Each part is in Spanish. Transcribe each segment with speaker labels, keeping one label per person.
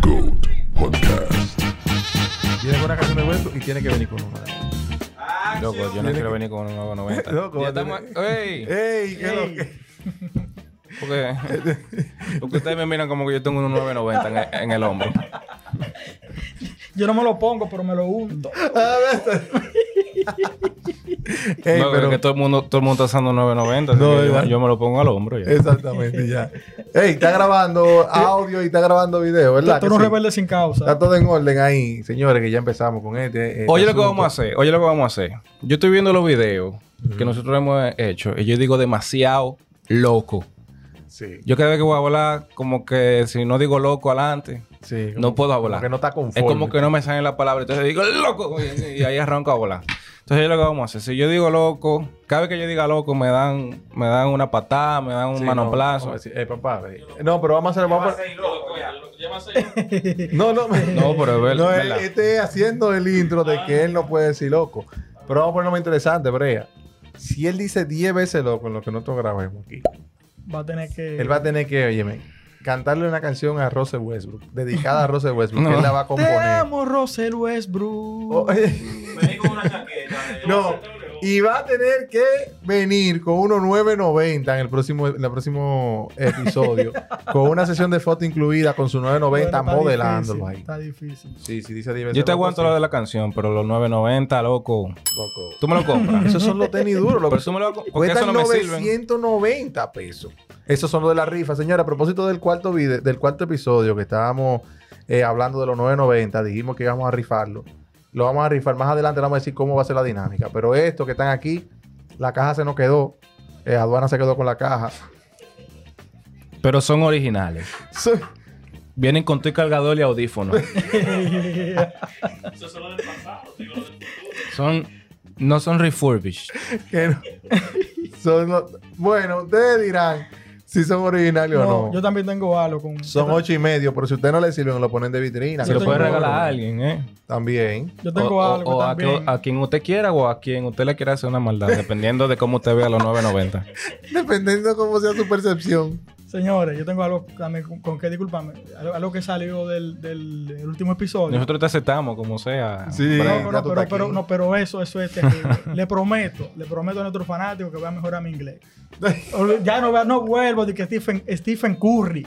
Speaker 1: Goat Podcast.
Speaker 2: Viene con una canción de Westbrook y tiene que venir con una.
Speaker 3: Loco, yo no quiero venir con un nuevo 90.
Speaker 2: Loco, Eh.
Speaker 3: ya
Speaker 2: va a
Speaker 3: estamos.
Speaker 2: tener-
Speaker 3: ¡Ey!
Speaker 2: ¡Ey! ¿Qué
Speaker 3: Ey. Porque, porque ustedes me miran como que yo tengo un 990 en el, en el hombro.
Speaker 4: Yo no me lo pongo, pero me lo unto.
Speaker 2: Ey,
Speaker 3: no,
Speaker 2: pero-
Speaker 3: pero que todo el mundo, todo el mundo está usando un 990. así
Speaker 2: No,
Speaker 3: que yo,
Speaker 2: ¿verdad?
Speaker 3: yo me lo pongo al hombro ya.
Speaker 2: Exactamente, ya. Ey, está grabando audio y está grabando video, ¿verdad?
Speaker 4: Tú no
Speaker 2: que sí?
Speaker 4: rebelde sin
Speaker 2: Está
Speaker 4: causa.
Speaker 2: todo en orden ahí, señores, que ya empezamos con este.
Speaker 3: Oye lo que vamos a hacer, oye lo que vamos a hacer. Yo estoy viendo los videos que nosotros hemos hecho y yo digo demasiado loco.
Speaker 2: Sí,
Speaker 3: Yo cada vez que voy a hablar, como que si no digo loco adelante,
Speaker 2: sí.
Speaker 3: no puedo
Speaker 2: Como
Speaker 3: hablar.
Speaker 2: que no está conforme.
Speaker 3: Es como que no me salen las palabras. Entonces digo, loco. Y, y ahí arranco a volar. Entonces, yo lo que vamos a hacer. Si yo digo loco, cada vez que yo diga loco, me dan, me dan una patada, me dan un
Speaker 2: Sí,
Speaker 3: manoplazo.
Speaker 2: no, vamos
Speaker 3: No,
Speaker 2: a decir, eh, papá, eh, no, pero vamos a hacer. Vamos a poner- No, no,
Speaker 3: No, pero es ver-
Speaker 2: no, él-
Speaker 3: verdad.
Speaker 2: este es haciendo el intro de que él no puede decir loco. Pero vamos a ponerlo más interesante, Brea. Si él dice 10 veces loco en lo que nosotros grabemos aquí,
Speaker 4: Va a tener que.
Speaker 2: él va a tener que, óyeme, cantarle una canción a Rose Westbrook, dedicada a Rose Westbrook, que
Speaker 3: No.
Speaker 2: él la va a
Speaker 4: Te
Speaker 2: componer.
Speaker 4: amo, Russell Westbrook.
Speaker 2: Oh,
Speaker 5: Vení con una chaqueta. de-
Speaker 2: no, y va a tener que venir con uno 990 en el próximo, en el próximo episodio, con una sesión de foto incluida con su
Speaker 4: Bueno,
Speaker 2: 990
Speaker 4: está
Speaker 2: modelándolo
Speaker 4: difícil,
Speaker 2: ahí.
Speaker 4: Está difícil.
Speaker 2: Sí, sí, dice pues, 10 veces.
Speaker 3: yo te
Speaker 2: loco,
Speaker 3: aguanto
Speaker 2: sí.
Speaker 3: lo de la canción, pero los 9.90, loco.
Speaker 2: Loco.
Speaker 3: Tú me lo compras.
Speaker 2: Esos son los tenis duros, loco.
Speaker 3: pero tú me lo compras. Porque eso
Speaker 2: Cuestan
Speaker 3: no me sirven.
Speaker 2: 990 pesos. Esos son los de la rifa, señora. A propósito del cuarto video, del cuarto episodio que estábamos eh, hablando de los 990, dijimos que íbamos a rifarlo. Lo vamos a rifar más adelante, vamos a decir cómo va a ser la dinámica. Pero estos que están aquí, la caja se nos quedó. Eh, aduana se quedó con la caja.
Speaker 3: Pero son originales.
Speaker 2: So-
Speaker 3: Vienen con tu cargador y audífono.
Speaker 5: Eso es solo del pasado, digo, lo del futuro.
Speaker 3: Son. No son refurbished.
Speaker 2: que no- son los- bueno, ustedes dirán si son originales o
Speaker 4: No,
Speaker 2: no.
Speaker 4: yo también tengo algo con.
Speaker 2: Son ocho y medio, pero si usted no le sirven, lo ponen de vitrina. pues,
Speaker 3: Se lo
Speaker 4: tengo
Speaker 3: puedes
Speaker 4: uno.
Speaker 3: regalar a alguien, ¿eh?
Speaker 2: También.
Speaker 4: Yo tengo
Speaker 3: o, o-
Speaker 4: algo
Speaker 3: o a,
Speaker 4: también.
Speaker 3: que- a quien usted quiera o a quien usted le quiera hacer una maldad, dependiendo de cómo usted vea los 990.
Speaker 2: Dependiendo de cómo sea su percepción.
Speaker 4: Señores, yo tengo algo también con, con que disculparme. Algo, algo que salió del, del- del último episodio.
Speaker 3: Nosotros te aceptamos como sea.
Speaker 2: Sí.
Speaker 4: No,
Speaker 2: Ya tú
Speaker 4: pero, pero-
Speaker 2: estás
Speaker 4: pero-
Speaker 2: aquí.
Speaker 4: no, pero eso, eso es terrible. le prometo, le prometo a nuestros fanáticos que voy a mejorar mi inglés. O- ya no, vea- no vuelvo de que Stephen, Stephen Curry,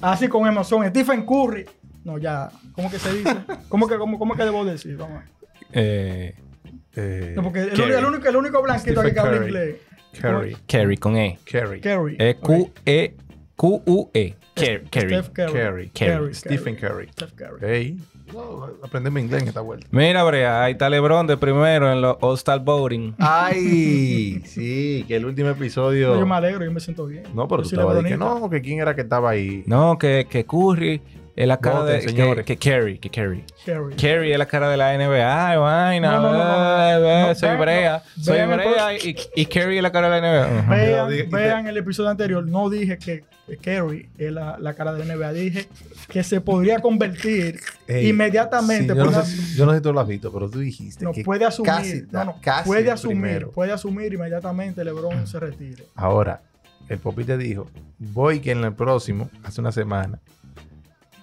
Speaker 4: así con emoción, Stephen Curry. No, ya, ¿cómo que se dice? ¿Cómo que, cómo, cómo que debo decir? Vamos. a ver.
Speaker 3: Eh,
Speaker 2: Eh,
Speaker 4: No, porque el,
Speaker 3: Curry.
Speaker 4: único- el único, el único blanquito
Speaker 2: Stephen
Speaker 4: aquí que habla
Speaker 2: Curry.
Speaker 4: inglés.
Speaker 2: Curry.
Speaker 3: Kerry con E.
Speaker 2: Curry.
Speaker 4: Curry.
Speaker 3: E Q E Q U E.
Speaker 4: Este,
Speaker 3: Kerry. Kerry.
Speaker 4: Steph Curry.
Speaker 2: Curry.
Speaker 3: Curry.
Speaker 2: Stephen Curry.
Speaker 4: Steph Curry.
Speaker 2: Ey. No, aprendemos inglés en esta vuelta.
Speaker 3: Mira, Brea, ahí está LeBron de primero en los All Star Voting.
Speaker 2: Ay, sí, que el último episodio.
Speaker 4: No, yo me
Speaker 2: No,
Speaker 4: alegro, yo me siento bien.
Speaker 2: pero
Speaker 4: Yo
Speaker 2: tú
Speaker 4: soy
Speaker 2: estabas de que
Speaker 4: lebronista.
Speaker 2: no, que quién era que estaba ahí.
Speaker 3: No, que, que Curry es la cara
Speaker 2: Voten,
Speaker 3: de.
Speaker 2: señores.
Speaker 3: Que, que Kerry. Que Kerry.
Speaker 4: Curry.
Speaker 3: Kerry es la cara de la NBA. y Vaina.
Speaker 4: No, no, no, no.
Speaker 3: eh, eh,
Speaker 4: No,
Speaker 3: soy
Speaker 4: vean,
Speaker 3: Brea.
Speaker 4: no,
Speaker 3: soy
Speaker 4: vean el
Speaker 3: Brea y, y Kerry es la cara de la NBA. Ujú.
Speaker 2: Pero
Speaker 4: Vean,
Speaker 2: di-
Speaker 4: vean el episodio anterior, no dije que que Kerry es la, la cara de la NBA, dije que se podría convertir
Speaker 2: Ey,
Speaker 4: inmediatamente.
Speaker 2: sí, yo, no
Speaker 4: puede-
Speaker 2: sé, si- yo no sé si tú lo has visto, pero tú dijiste
Speaker 4: no,
Speaker 2: que
Speaker 4: puede asumir,
Speaker 2: casi,
Speaker 4: no, no,
Speaker 2: casi
Speaker 4: puede
Speaker 2: el
Speaker 4: asumir,
Speaker 2: primero.
Speaker 4: puede asumir inmediatamente LeBron se retire.
Speaker 2: Ahora, el Popi te dijo, voy que en el próximo, hace una semana,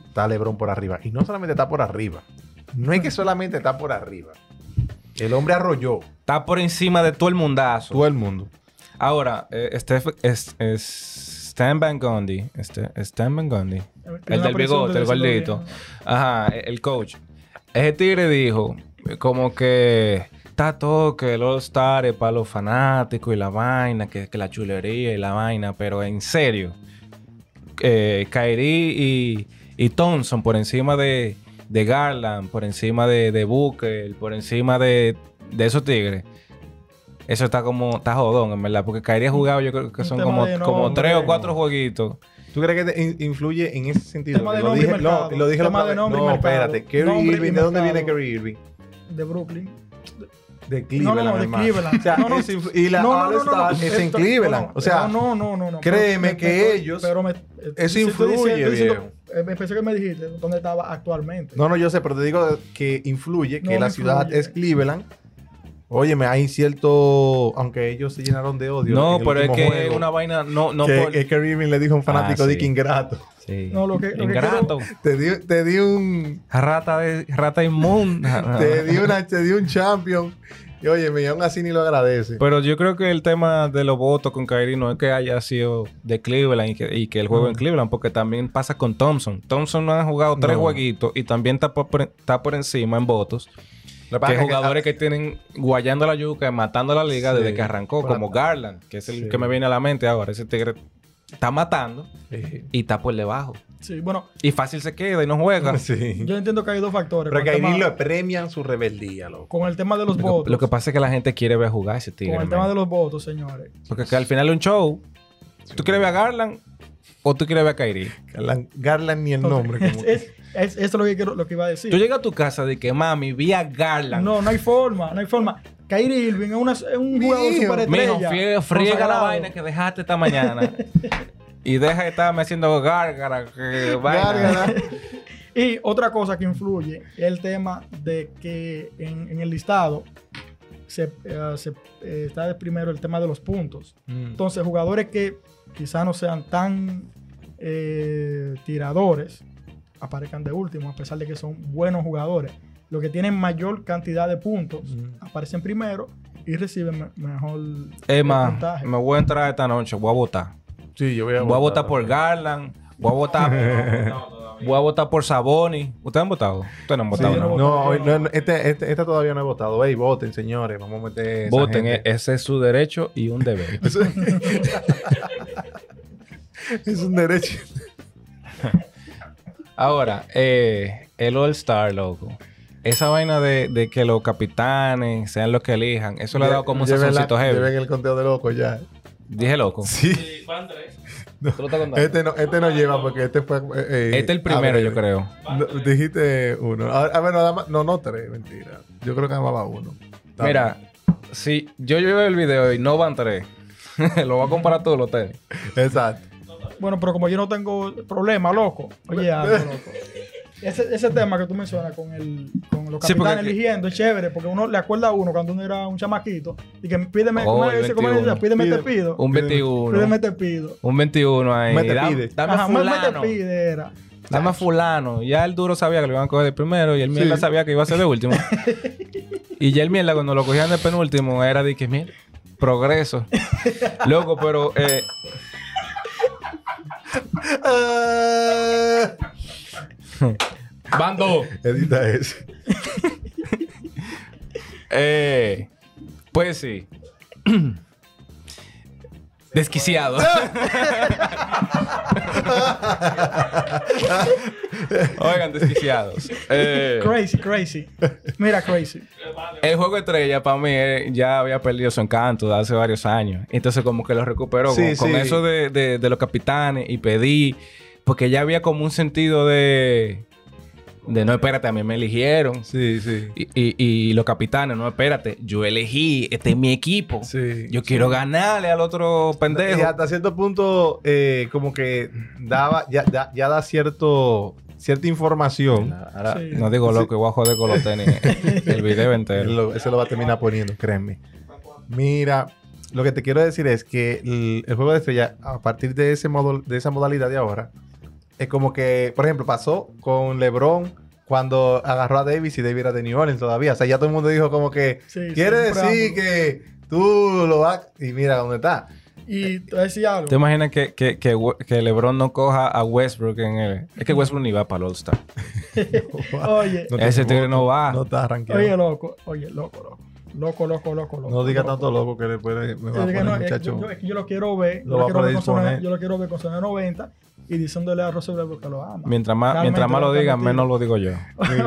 Speaker 2: está Lebron por arriba. Y no solamente está por arriba. No es que solamente está por arriba. El hombre arrolló
Speaker 3: Está por encima de todo el mundazo.
Speaker 2: todo el mundo.
Speaker 3: Ahora, eh, Steph, es, es Stan Van Gundy. Este, Stan Van Gundy.
Speaker 4: Tiene
Speaker 3: El
Speaker 4: una
Speaker 3: del
Speaker 4: presión
Speaker 3: bigote, el
Speaker 4: desde ese
Speaker 3: gordito.
Speaker 4: día.
Speaker 3: Ajá, e- el coach. Ese tigre dijo eh, como que está todo que el All-Star es para los fanáticos y la vaina, que, que la chulería y la vaina, pero en serio, eh, Kyrie y, y Thompson por encima de, de Garland, por encima de, de Booker, por encima de, de esos tigres. Eso está como, está jodón, en verdad, porque Kyrie ha jugado, yo creo que
Speaker 4: Un
Speaker 3: son
Speaker 4: tema
Speaker 3: como,
Speaker 4: de no,
Speaker 3: como tres
Speaker 4: hombre.
Speaker 3: o cuatro jueguitos.
Speaker 2: ¿Tú crees que te in- influye en ese sentido?
Speaker 4: Tema
Speaker 2: Que
Speaker 4: de
Speaker 2: lo,
Speaker 4: nombre y
Speaker 2: dije, no,
Speaker 4: mercado.
Speaker 2: lo dije la
Speaker 4: Tema de
Speaker 2: palabra-
Speaker 4: nombre y
Speaker 2: No,
Speaker 4: mercado.
Speaker 2: espérate. Kerry
Speaker 4: Nombre y
Speaker 2: Irving, ¿de dónde
Speaker 4: mercado.
Speaker 2: viene Kerry Irving?
Speaker 4: De Brooklyn.
Speaker 2: De
Speaker 4: No,
Speaker 2: Cleveland.
Speaker 4: no, no, de
Speaker 2: hermano.
Speaker 4: Cleveland.
Speaker 2: O sea,
Speaker 4: No, no.
Speaker 2: es influ- y la
Speaker 4: No, no, no,
Speaker 2: All-Star
Speaker 4: no, no.
Speaker 2: es en
Speaker 4: Esto-
Speaker 2: Cleveland.
Speaker 4: no,
Speaker 2: o sea,
Speaker 4: no, no, no, no.
Speaker 2: créeme
Speaker 4: Pero-
Speaker 2: que
Speaker 4: pero-
Speaker 2: ellos-
Speaker 4: pero me-
Speaker 2: eso
Speaker 4: sí, estoy diciendo-
Speaker 2: influye,
Speaker 4: estoy diciendo- eh, me pensé que me dijiste dónde estaba actualmente.
Speaker 2: No, no, yo sé, pero te digo que influye, que
Speaker 4: No,
Speaker 2: la
Speaker 4: no
Speaker 2: ciudad
Speaker 4: influye.
Speaker 2: es Cleveland. Óyeme, hay cierto. Aunque ellos se llenaron de odio.
Speaker 3: No,
Speaker 2: en el
Speaker 3: pero es
Speaker 2: último
Speaker 3: que
Speaker 2: juego,
Speaker 3: es una vaina, no, no
Speaker 2: que,
Speaker 3: por-
Speaker 2: que Kerry Irving le dijo a un fanático
Speaker 3: Ah,
Speaker 2: de
Speaker 3: sí.
Speaker 2: que ingrato.
Speaker 3: Sí.
Speaker 4: No, lo que- lo que
Speaker 3: Ingrato.
Speaker 2: Te di, te di un.
Speaker 3: Rata, de, rata inmunda.
Speaker 2: Te di, una, te di un champion. Y oye, mi aún así ni lo agradece.
Speaker 3: Pero yo creo que el tema de los votos con Kyrie no es que haya sido de Cleveland y que, y que el juego en Cleveland, porque también pasa con Thompson. Thompson no ha jugado tres jueguitos y también está por, por- está por encima en votos.
Speaker 2: Lo
Speaker 3: Que
Speaker 2: pasa es que- ah,
Speaker 3: jugadores que, tienen guayando la yuca, matando la liga
Speaker 2: Sí.
Speaker 3: desde que arrancó,
Speaker 2: Bueno,
Speaker 3: como Garland, que es el
Speaker 2: sí.
Speaker 3: que me viene a la mente ahora. Ese tigre está matando
Speaker 2: Sí.
Speaker 3: y está por debajo.
Speaker 4: Sí, bueno,
Speaker 3: Y fácil se queda y no juega.
Speaker 2: ah, Sí.
Speaker 4: yo entiendo que hay dos factores.
Speaker 2: Pero
Speaker 4: con
Speaker 2: que
Speaker 4: el
Speaker 2: ahí ni
Speaker 4: tema-
Speaker 2: lo premian su rebeldía, loco.
Speaker 4: con el tema de
Speaker 3: Lo,
Speaker 4: los
Speaker 3: que-
Speaker 4: votos.
Speaker 3: lo que pasa es que la gente quiere ver jugar a ese tigre.
Speaker 4: con el
Speaker 3: man.
Speaker 4: tema de los votos, señores.
Speaker 3: Porque que al final es un show. ¿Tú quieres ver a Garland o tú quieres ver a Kyrie?
Speaker 2: Garland, Garland ni el nombre.
Speaker 4: es,
Speaker 2: como que-
Speaker 4: es- es- eso es lo que, quiero- lo que iba a decir.
Speaker 3: Yo llegué a tu casa de que mami, vi a Garland.
Speaker 4: No, no hay forma, no hay forma. Kyrie Irving es, una- es un jugador
Speaker 2: Mijo,
Speaker 3: Mijo,
Speaker 4: superestrella.
Speaker 3: frie- friega la
Speaker 4: consagrado.
Speaker 3: vaina que dejaste esta mañana. y deja de estarme haciendo gárgara. Que vaina.
Speaker 2: Gárgara.
Speaker 4: Y otra cosa que influye es el tema de que en, en el listado se, eh, se, eh, está de primero el tema de los puntos.
Speaker 3: Mm.
Speaker 4: Entonces, jugadores que quizás no sean tan eh, tiradores aparezcan de último, a pesar de que son buenos jugadores. Los que tienen mayor cantidad de puntos aparecen primero y reciben me- mejor
Speaker 3: Emma,
Speaker 4: puntaje.
Speaker 3: me voy a entrar esta noche. Voy a votar.
Speaker 2: Sí, yo voy a
Speaker 3: Voy a votar por Garland. Voy a votar. voy a votar por Saboni. ¿Ustedes han votado? Ustedes no han
Speaker 2: Sí,
Speaker 3: votado.
Speaker 4: yo
Speaker 3: ¿no?
Speaker 2: no,
Speaker 4: voté, yo
Speaker 2: hoy
Speaker 4: no
Speaker 2: no,
Speaker 4: voté.
Speaker 2: este, este- esta todavía no he votado. Ey, voten, señores. Vamos a meter. esa
Speaker 3: Voten.
Speaker 2: gente.
Speaker 3: e- Ese es su derecho y un deber.
Speaker 2: Eso- es un derecho.
Speaker 3: Ahora, eh, el All Star, loco. Esa vaina de, de que los capitanes sean los que elijan, eso le ha dado como un
Speaker 2: Lleven la-
Speaker 3: sazoncito heavy.
Speaker 2: Lleven el conteo de locos ya.
Speaker 3: Dije loco.
Speaker 2: Sí.
Speaker 5: Sí, van tres.
Speaker 3: ¿Tú lo estás contando? Este,
Speaker 2: Este no, este no lleva porque este fue. eh, eh,
Speaker 3: es el primero,
Speaker 2: a ver,
Speaker 3: yo creo.
Speaker 2: no, dijiste uno. A, a ver, no, nada más- no, no tres, mentira. Yo creo que nada más va uno. Está
Speaker 3: Mira, si yo llevo el video y no van tres, lo voy a comparar todos los tenis.
Speaker 2: bien. Exacto.
Speaker 4: Bueno, pero como yo no tengo problema, loco. Oye, algo, loco. Ese, ese tema que tú mencionas con, el, con los capitanes
Speaker 3: Sí, porque-
Speaker 4: eligiendo es chévere, porque uno le acuerda a uno cuando uno era un chamaquito y que pídeme,
Speaker 3: Oh,
Speaker 4: ¿cómo es
Speaker 3: el
Speaker 4: ese? ¿Cómo es ese?
Speaker 3: 21.
Speaker 4: pídeme te
Speaker 2: Pide-
Speaker 4: pido.
Speaker 3: Un 21.
Speaker 4: Pídeme te pido.
Speaker 3: Un 21 ahí.
Speaker 2: Me te
Speaker 3: Dam-
Speaker 2: pide.
Speaker 3: Dame a
Speaker 4: Ajá, más Ah, me te
Speaker 3: fulano.
Speaker 4: pide era.
Speaker 3: Dame a fulano. Ya el duro sabía que lo iban a coger de primero y el mierda sabía que iba a ser de último. y ya el mierda cuando lo cogían de penúltimo era de que mierda. Progreso. Loco, pero eh,
Speaker 2: Ah,
Speaker 3: van dos.
Speaker 2: edita ese.
Speaker 3: Eh, pues sí. Desquiciado. Oigan, desquiciados. Eh,
Speaker 4: Crazy, crazy. Mira, crazy.
Speaker 3: el juego estrella para mí eh, ya había perdido su encanto de hace varios años. Entonces como que lo recuperó
Speaker 2: Sí,
Speaker 3: con, con
Speaker 2: sí.
Speaker 3: eso de, de- de los capitanes y pedí. Porque ya había como un sentido de... De no, espérate, a mí me eligieron.
Speaker 2: Sí, sí.
Speaker 3: Y, y- y los capitanes, no, espérate, yo elegí, este es mi equipo.
Speaker 2: Sí.
Speaker 3: Yo quiero ganarle al otro pendejo.
Speaker 2: Y hasta cierto punto, eh, como que daba, ya, ya, ya da cierto, cierta información.
Speaker 3: Ahora,
Speaker 4: Sí.
Speaker 3: No digo loco, igual joder con los tenis. el video
Speaker 2: Él
Speaker 3: entero.
Speaker 2: lo- Eso lo va a terminar poniendo, créeme. Mira, lo que te quiero decir es que el, el juego de estrella, a partir de, ese modo, de esa modalidad de ahora, es como que, por ejemplo, pasó con LeBron cuando agarró a Davis y Davis era de New Orleans todavía. O sea, ya todo el mundo dijo como que,
Speaker 4: Sí, sí,
Speaker 2: quiere
Speaker 4: un
Speaker 2: decir
Speaker 4: preámbulo.
Speaker 2: que tú lo vas... Y mira dónde está.
Speaker 4: Y te voy a decir algo.
Speaker 3: ¿Te imaginas que, que, que, We- que LeBron no coja a Westbrook en el... Es que Westbrook ni va para el All-Star.
Speaker 4: Oye,
Speaker 2: No te-
Speaker 3: Ese tigre no va.
Speaker 2: No está arranqueado.
Speaker 4: oye, loco. Oye, loco, loco. Loco, loco, loco, loco.
Speaker 2: no diga
Speaker 4: loco.
Speaker 2: tanto loco que después me va a
Speaker 4: Es que
Speaker 2: poner
Speaker 4: no, es-
Speaker 2: muchacho.
Speaker 4: yo, es que yo lo quiero ver.
Speaker 2: Lo
Speaker 4: yo,
Speaker 2: va a
Speaker 4: lo quiero ver con
Speaker 2: predisponer.
Speaker 4: Sonia- yo lo quiero ver con Sonia 90 y diciéndole a Russell Westbrook que lo ama.
Speaker 3: Mientras más,
Speaker 4: Realmente
Speaker 3: mientras más lo
Speaker 4: está
Speaker 3: digan,
Speaker 4: metido.
Speaker 3: menos lo digo yo.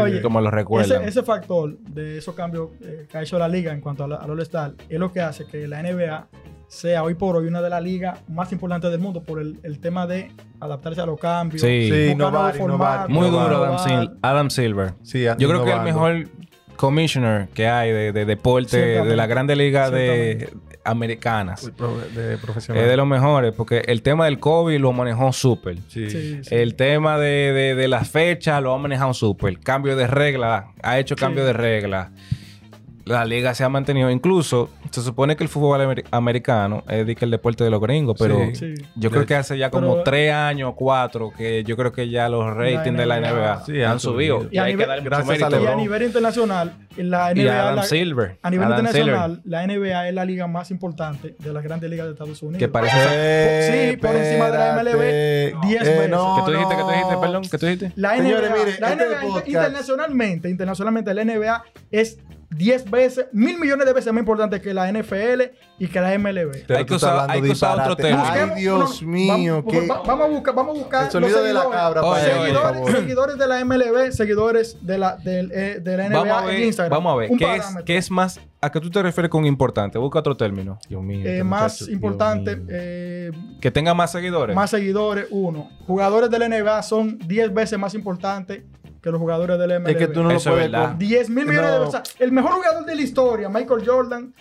Speaker 4: Oye,
Speaker 3: Como lo
Speaker 4: Ese,
Speaker 3: recuerdan.
Speaker 4: ese factor de esos cambios eh, que ha hecho la liga en cuanto a la- al All-Star es lo que hace que la NBA sea hoy por hoy una de las ligas más importantes del mundo por el, el tema de adaptarse a los cambios.
Speaker 2: Sí,
Speaker 3: Sí.
Speaker 4: buscar nuevos
Speaker 2: innovar, innovar.
Speaker 4: formatos,
Speaker 3: Muy
Speaker 2: no
Speaker 3: duro
Speaker 2: va.
Speaker 3: Adam,
Speaker 4: innovar.
Speaker 3: Sil- Adam Silver.
Speaker 2: Sí,
Speaker 3: Yo creo que el
Speaker 2: innovando.
Speaker 3: mejor commissioner que hay de, de deporte de la
Speaker 4: Ciertamente.
Speaker 3: grande liga de
Speaker 4: Ciertamente.
Speaker 3: americanas.
Speaker 2: Uy, profe- de profesional.
Speaker 3: Es de los mejores, porque el tema del COVID lo manejó súper.
Speaker 2: Sí.
Speaker 4: Sí, sí.
Speaker 3: El tema de, de- de las fechas lo ha manejado súper. Cambio de regla, ha hecho cambio
Speaker 4: Sí.
Speaker 3: de regla. la liga se ha mantenido. Incluso se supone que el fútbol amer- americano es de que el deporte de los gringos, pero
Speaker 2: Sí.
Speaker 4: Sí.
Speaker 3: yo creo que hace ya como
Speaker 4: Pero-
Speaker 3: tres años o cuatro que yo creo que ya los ratings de la
Speaker 4: NBA
Speaker 3: NBA
Speaker 2: sí, han
Speaker 3: han subido.
Speaker 2: subido.
Speaker 3: Y, hay que
Speaker 4: nivel-
Speaker 3: darle mucho
Speaker 2: gracias
Speaker 3: mérito.
Speaker 2: a
Speaker 4: Y a
Speaker 2: LeBron.
Speaker 4: nivel internacional, la NBA,
Speaker 3: Y a Adam
Speaker 4: la-
Speaker 3: Silver.
Speaker 4: a nivel
Speaker 3: Adam
Speaker 4: internacional, la NBA es la liga más importante de las grandes ligas de Estados
Speaker 3: Silver,
Speaker 4: Unidos.
Speaker 3: que
Speaker 2: Eh,
Speaker 3: parece...
Speaker 4: sí, por encima de la MLB,
Speaker 2: Espérate.
Speaker 4: 10 veces.
Speaker 3: que tú dijiste, que tú dijiste, perdón, que tú dijiste.
Speaker 4: La NBA,
Speaker 2: Señores, mire,
Speaker 4: la
Speaker 2: este
Speaker 4: NBA
Speaker 2: podcast-
Speaker 4: internacionalmente, internacionalmente la NBA es 10 veces, mil millones de veces más importante que la NFL y que la MLB.
Speaker 2: Pero
Speaker 3: Hay
Speaker 2: tú
Speaker 3: que
Speaker 2: estás
Speaker 3: usar-
Speaker 2: hablando
Speaker 3: hay que usar otro
Speaker 2: disparate.
Speaker 3: tema.
Speaker 2: Ay,
Speaker 4: Busquemos-
Speaker 2: Dios
Speaker 4: no,
Speaker 2: mío,
Speaker 4: vamos,
Speaker 2: qué-
Speaker 4: va- vamos a buscar, vamos a buscar
Speaker 2: El sonido
Speaker 4: los
Speaker 2: de la
Speaker 4: seguidores.
Speaker 2: cabra,
Speaker 3: Oye,
Speaker 2: para
Speaker 3: oye.
Speaker 2: por favor.
Speaker 4: seguidores, seguidores de la MLB, seguidores de la, del, eh, de la NBA
Speaker 3: Vamos a
Speaker 4: en
Speaker 3: ver,
Speaker 4: Instagram.
Speaker 3: vamos a ver.
Speaker 4: Un
Speaker 3: ¿Qué es,
Speaker 4: parámetro.
Speaker 3: qué es más? ¿A qué tú te refieres con importante? Busca otro término. Dios mío.
Speaker 4: Eh,
Speaker 3: este
Speaker 4: más
Speaker 3: muchacho, Dios
Speaker 4: importante,
Speaker 3: mío.
Speaker 4: eh,
Speaker 3: que tenga más seguidores.
Speaker 4: más seguidores, uno. Jugadores de la NBA son 10 veces más importantes que los jugadores del MLB.
Speaker 2: Es que tú no lo
Speaker 3: Eso es
Speaker 2: puedes
Speaker 3: verdad.
Speaker 2: con-
Speaker 4: 10 mil millones de
Speaker 2: No.
Speaker 4: o sea, El mejor jugador de la historia, Michael Jordan.